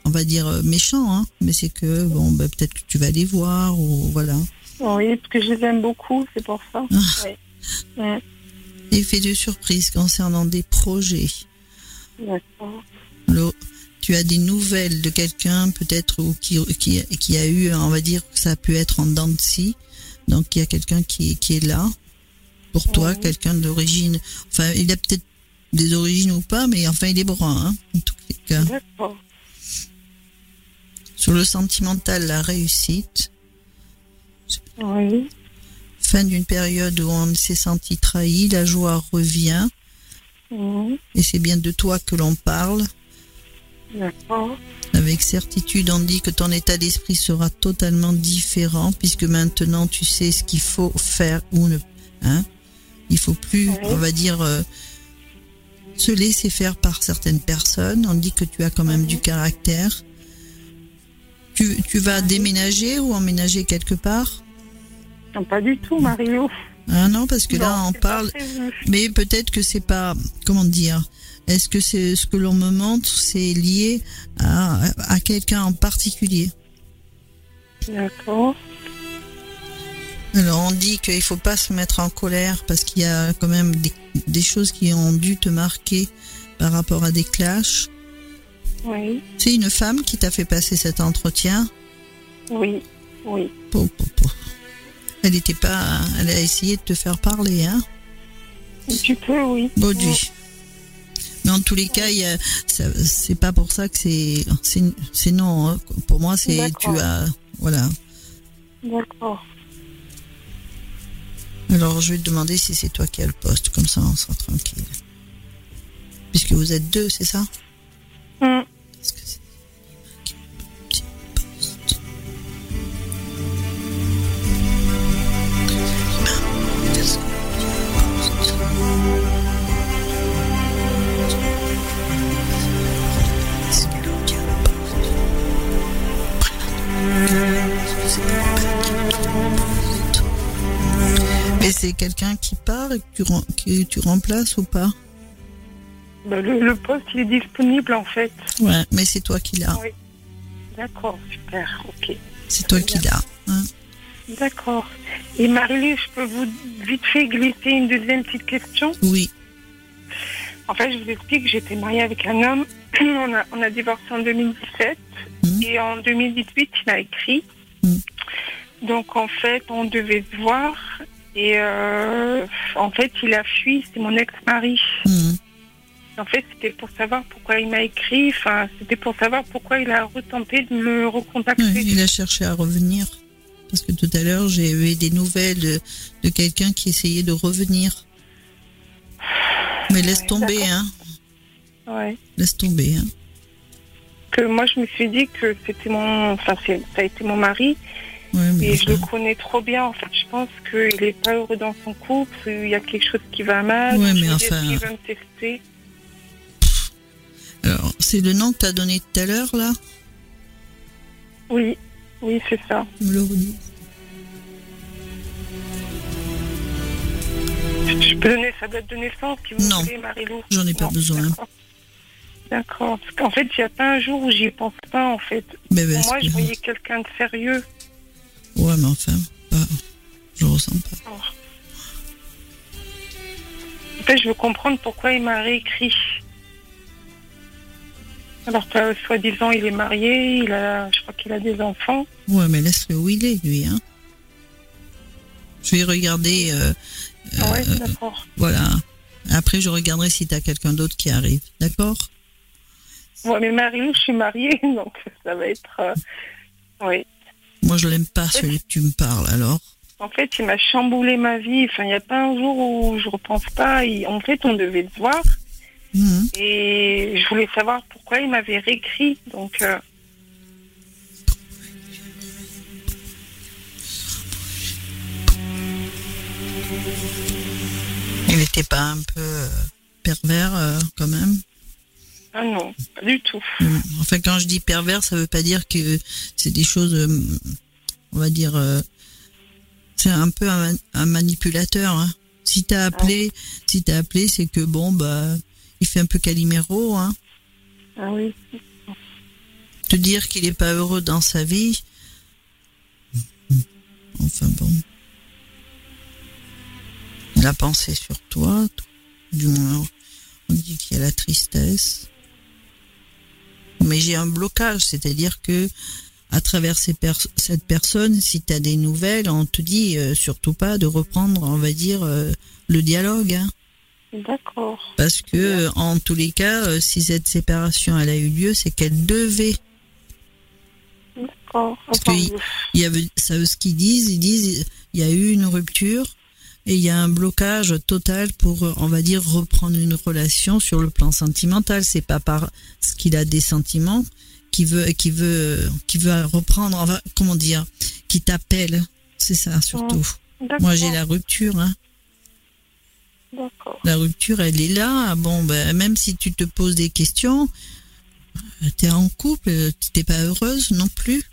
S4: on va dire euh, méchant, hein, mais c'est que bon, bah, peut-être que tu vas les voir ou voilà.
S7: Oui, parce que je les aime beaucoup, c'est pour ça.
S4: Ah. Effet de surprise concernant des projets.
S7: D'accord.
S4: Alors, tu as des nouvelles de quelqu'un peut-être ou qui, qui, qui a eu, on va dire que ça a pu être en dents de scie. Donc il y a quelqu'un qui, qui est là pour toi, quelqu'un d'origine. Enfin, il a peut-être des origines ou pas, mais enfin il est brun. hein, en tout cas.
S7: D'accord.
S4: Sur le sentimental, la réussite.
S7: Oui.
S4: Fin d'une période où on s'est senti trahi, la joie revient.
S7: oui,
S4: Et c'est bien de toi que l'on parle.
S7: D'accord.
S4: Avec certitude, on dit que ton état d'esprit sera totalement différent puisque maintenant tu sais ce qu'il faut faire ou ne. Hein Il faut plus, on va dire, euh, se laisser faire par certaines personnes. On dit que tu as quand même du caractère. Tu, tu vas déménager ou emménager quelque part
S7: Non, pas du tout, Mario.
S4: Ah non, parce que là
S7: Non,
S4: on
S7: c'est pas
S4: parle.
S7: prévu.
S4: Mais peut-être que c'est pas comment dire. Est-ce que c'est ce que l'on me montre, c'est lié à, à quelqu'un en particulier
S7: D'accord.
S4: Alors on dit qu'il faut pas se mettre en colère parce qu'il y a quand même des, des choses qui ont dû te marquer par rapport à des clashs.
S7: Oui.
S4: C'est une femme qui t'a fait passer cet entretien.
S7: Oui. Oui.
S4: Pou, pou, pou. Elle était pas, elle a essayé de te faire parler, hein,
S7: Tu peux, oui.
S4: Baudu. Mais en tous les cas, il y a- ça- c'est pas pour ça que c'est, c'est, c'est non. hein. Pour moi, c'est tu
S7: D'accord.
S4: as, voilà.
S7: D'accord.
S4: Alors je vais te demander si c'est toi qui as le poste, comme ça on sera tranquille. Puisque vous êtes deux, c'est ça
S7: Hum,
S4: Est-ce que c'est- Mais c'est quelqu'un qui part et que tu, rem- que tu remplaces ou pas
S7: bah, le, le poste, il est disponible, en fait.
S4: Ouais. Mais c'est toi qui l'as.
S7: D'accord. Super. Ok.
S4: C'est toi qui l'as. hein.
S7: D'accord. Et Marie, je peux vous vite fait glisser une deuxième petite question
S4: Oui.
S7: En fait, je vous explique, j'étais mariée avec un homme. On a, on a divorcé en 2017
S4: Mhm.
S7: et en 2018, il m'a écrit.
S4: Mhm.
S7: Donc, en fait, on devait se voir et euh, en fait, il a fui. C'est mon ex-mari.
S4: Mhm.
S7: En fait, c'était pour savoir pourquoi il m'a écrit. Enfin, c'était pour savoir pourquoi il a retenté de me recontacter.
S4: Ouais, il a cherché à revenir. Parce que tout à l'heure, j'ai eu des nouvelles de, de quelqu'un qui essayait de revenir. Mais laisse
S7: Ouais,
S4: tomber, hein.
S7: Ouais.
S4: Laisse tomber, hein.
S7: Que moi, je me suis dit que c'était mon, enfin, c'est- ça a été mon mari.
S4: Ouais, mais
S7: Et je le
S4: enfin,
S7: connais trop bien, en fait. Je pense qu'il n'est pas heureux dans son couple, il y a quelque chose qui va mal.
S4: Ouais, mais
S7: Je me dis,
S4: enfin-
S7: est-ce qu'il veut me tester.
S4: Alors, c'est le nom que t'as donné tout à l'heure, là
S7: Oui, oui, c'est ça.
S4: Tu me le redis.
S7: Je peux donner sa date de naissance, si vous
S4: Non.
S7: voulez, Marie-Lou.
S4: J'en ai pas
S7: Non,
S4: besoin.
S7: d'accord. D'accord. Parce qu'en fait, il n'y a pas un jour où j'y pense pas, en fait.
S4: Mais ben,
S7: Pour moi,
S4: c'est
S7: je
S4: pas-
S7: voyais quelqu'un de sérieux.
S4: Ouais, mais enfin, pas- je ressens pas.
S7: En fait, je veux comprendre pourquoi il m'a réécrit. Alors que, soi-disant, il est marié, il a, je crois qu'il a des enfants.
S4: Ouais, mais laisse-le où il est, lui, hein. Je vais regarder, euh,
S7: Ah ouais,
S4: euh,
S7: d'accord.
S4: voilà. Après, je regarderai si t'as quelqu'un d'autre qui arrive, d'accord
S7: Ouais, mais Marie, je suis mariée, donc ça va être. euh, Oui.
S4: Moi, je l'aime pas, celui que tu me parles, alors.
S7: En fait, il m'a chamboulé ma vie. Enfin, il n'y a pas un jour où je repense pas. Il- En fait, on devait se voir
S4: Mhm.
S7: et je voulais savoir pourquoi il m'avait réécrit. Donc, euh,
S4: Il n'était pas un peu euh, pervers, euh, quand même
S7: ah non, pas du tout.
S4: Mm. Enfin, quand je dis pervers, ça veut pas dire que c'est des choses, euh, on va dire, euh, c'est un peu un, un manipulateur. hein. Si t'as appelé, si t'as appelé, c'est que bon, bah, Il fait un peu Calimero, hein.
S7: Ah oui.
S4: Te dire qu'il n'est pas heureux dans sa vie. Enfin bon. Il a pensé sur toi, du moins on dit qu'il y a la tristesse. Mais j'ai un blocage, c'est-à-dire que à travers ces pers- cette personne, si tu as des nouvelles, on te dit euh, surtout pas de reprendre, on va dire, euh, le dialogue. hein.
S7: D'accord.
S4: parce que, euh, en tous les cas, euh, si cette séparation elle a eu lieu, c'est qu'elle devait.
S7: D'accord.
S4: que il- Il y avait, ça, veut ce qu'ils disent, ils disent il y a eu une rupture et il y a un blocage total pour, euh, on va dire, reprendre une relation sur le plan sentimental. C'est pas par ce qu'il a des sentiments qui veut, qui veut, qui veut reprendre, enfin, comment dire, qui t'appelle. C'est ça surtout.
S7: D'accord.
S4: Moi j'ai la rupture. Hein.
S7: D'accord.
S4: La rupture, elle est là. Bon, ben, même si tu te poses des questions, euh, t'es en couple, euh, t'es pas heureuse non plus.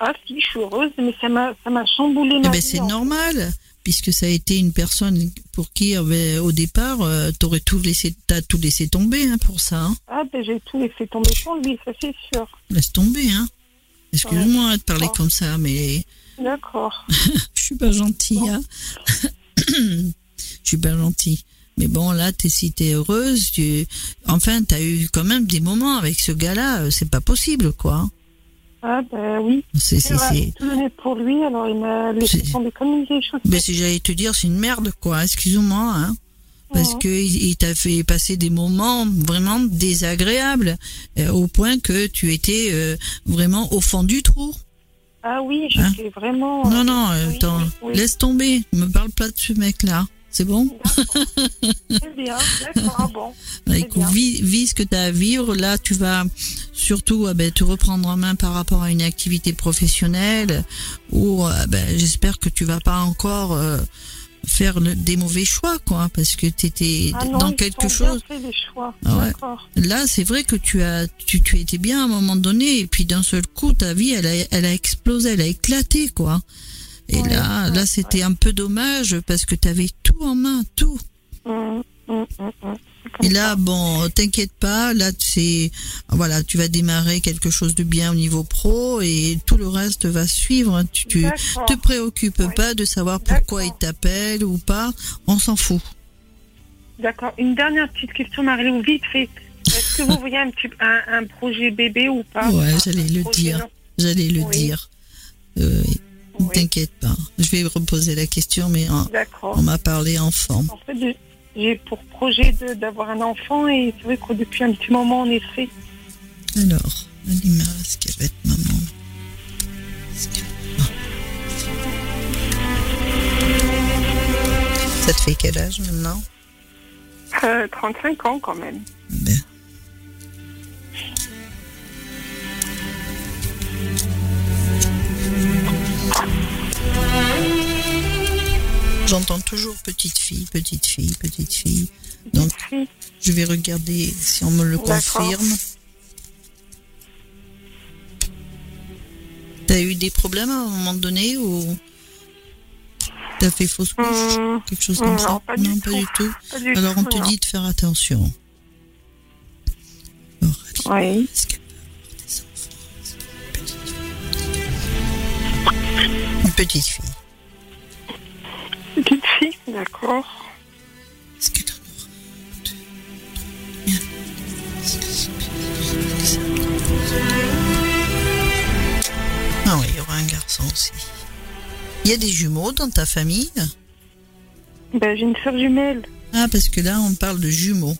S7: Ah si, je suis heureuse, mais ça m'a, ça m'a chamboulé
S4: Eh
S7: ma
S4: ben,
S7: vie,
S4: c'est
S7: en
S4: normal, puisque ça a été une personne pour qui, euh, ben, au départ, euh, t'aurais tout laissé, t'as tout laissé tomber hein, pour ça. hein.
S7: Ah, ben j'ai tout laissé tomber pour lui, ça c'est sûr.
S4: Laisse tomber, hein. Excuse-moi hein, de parler
S7: Oh.
S4: comme ça, mais
S7: D'accord.
S4: je suis pas gentille. hein. je suis pas gentille. Mais bon, là, t'es si t'es heureuse, tu... enfin, t'as eu quand même des moments avec ce gars-là. euh, C'est pas possible, quoi.
S7: Ah, ben oui.
S4: C'est,
S7: Il
S4: c'est, c'est...
S7: tout donné pour lui, alors il m'a laissé
S4: C'est-
S7: tomber comme une vieille chaussette.
S4: Mais si j'allais te dire, c'est une merde, quoi. Excuse-moi, hein. Parce
S7: Ouais.
S4: que il il t'a fait passer des moments vraiment désagréables, euh, au point que tu étais euh, vraiment au fond du trou.
S7: Ah oui, j'étais vraiment...
S4: Hein non, non, euh,
S7: Oh. oui,
S4: attends,
S7: oui, oui.
S4: laisse tomber. Me parle pas de ce mec-là. C'est bon
S7: Très bien, d'accord, ah bon.
S4: Bah, écoute,
S7: bien.
S4: vis, vis ce que tu as à vivre. Là, tu vas surtout ah ben, te reprendre en main par rapport à une activité professionnelle ou ah ben, j'espère que tu vas pas encore euh, faire le- des mauvais choix, quoi, parce que tu étais
S7: Ah non,
S4: dans
S7: ils
S4: quelque
S7: ont bien
S4: chose.
S7: fait les choix,
S4: Ah ouais.
S7: d'accord.
S4: Là, c'est vrai que tu as tu, tu étais bien à un moment donné et puis d'un seul coup, ta vie, elle a, elle a explosé, elle a éclaté, quoi. Et
S7: Ouais,
S4: là,
S7: ouais,
S4: là, c'était un peu dommage parce que tu avais tout en main, tout.
S7: Hum, hum, hum, hum.
S4: Et là, bon, t'inquiète pas, là, c'est, voilà, tu vas démarrer quelque chose de bien au niveau pro et tout le reste va suivre. hein. Tu, tu
S7: D'accord.
S4: te préoccupes
S7: Oui.
S4: pas de savoir pourquoi il
S7: D'accord.
S4: t'appelle ou pas, on s'en fout.
S7: D'accord. Une dernière petite question, Marie-Lou, vite fait. Est-ce que vous voyez un, petit, un, un projet bébé ou pas
S4: Ouais,
S7: Un
S4: j'allais le
S7: projet
S4: dire.
S7: non-
S4: J'allais le
S7: Oui.
S4: dire. Euh,
S7: Oui,
S4: T'inquiète pas, je vais reposer la question, mais on,
S7: D'accord.
S4: on m'a parlé enfant.
S7: En fait, j'ai- j'ai pour projet de- d'avoir un enfant et c'est vrai que depuis un petit moment, en effet,
S4: Alors, Alima, est-ce qu'elle va être maman Est-ce qu'elle- Ah. Ça te fait quel âge maintenant
S7: euh, 35 ans quand même.
S4: Ben. J'entends toujours petite fille, petite fille, petite fille. Donc
S7: Oui.
S4: je vais regarder si on me le
S7: D'accord.
S4: confirme. T'as eu des problèmes à un moment donné ou t'as fait fausse couche
S7: Hum,
S4: Quelque chose comme
S7: non,
S4: ça
S7: pas du
S4: Non, pas
S7: tout.
S4: du tout.
S7: pas du
S4: Alors on
S7: tout,
S4: te
S7: non.
S4: dit de faire attention. Alors, Alice,
S7: Oui.
S4: est-ce qu'elle peut avoir des enfants Est-ce qu'elle est petite fille Une petite fille.
S7: Petite fille, d'accord.
S4: Est-ce qu'elle en aura un, deux, trois, bien. Est-ce que c'est bien Est-ce que c'est bien Ah oui, il y aura un garçon aussi. Il y a des jumeaux dans ta famille
S7: Ben, j'ai une sœur jumelle.
S4: Ah, parce que là, on parle de jumeaux.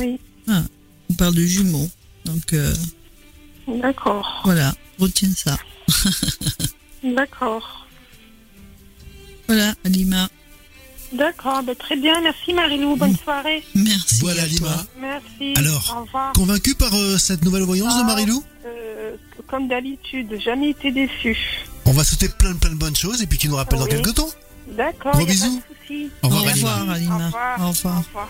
S7: Oui,
S4: On parle de jumeaux. Donc, euh,
S7: d'accord.
S4: voilà, retiens ça.
S7: D'accord.
S4: Voilà, Alima.
S7: D'accord, ben, très bien. Merci Marie-Lou, bonne soirée.
S4: Merci.
S2: Voilà,
S4: à toi.
S2: Lima.
S7: Merci.
S2: Alors,
S7: Au revoir.
S2: Convaincu par euh, cette nouvelle voyance
S7: Ah.
S2: de Marilou
S7: Euh, comme d'habitude, jamais été déçue.
S2: On va sauter plein plein de bonnes choses et puis tu nous rappelles dans
S7: Oui.
S2: quelques temps.
S7: D'accord,
S2: Gros
S7: y a pas de
S2: bisous.
S7: souci.
S2: Au
S4: Au
S2: revoir, Alima.
S4: revoir, Alima. Au revoir.
S7: Au revoir.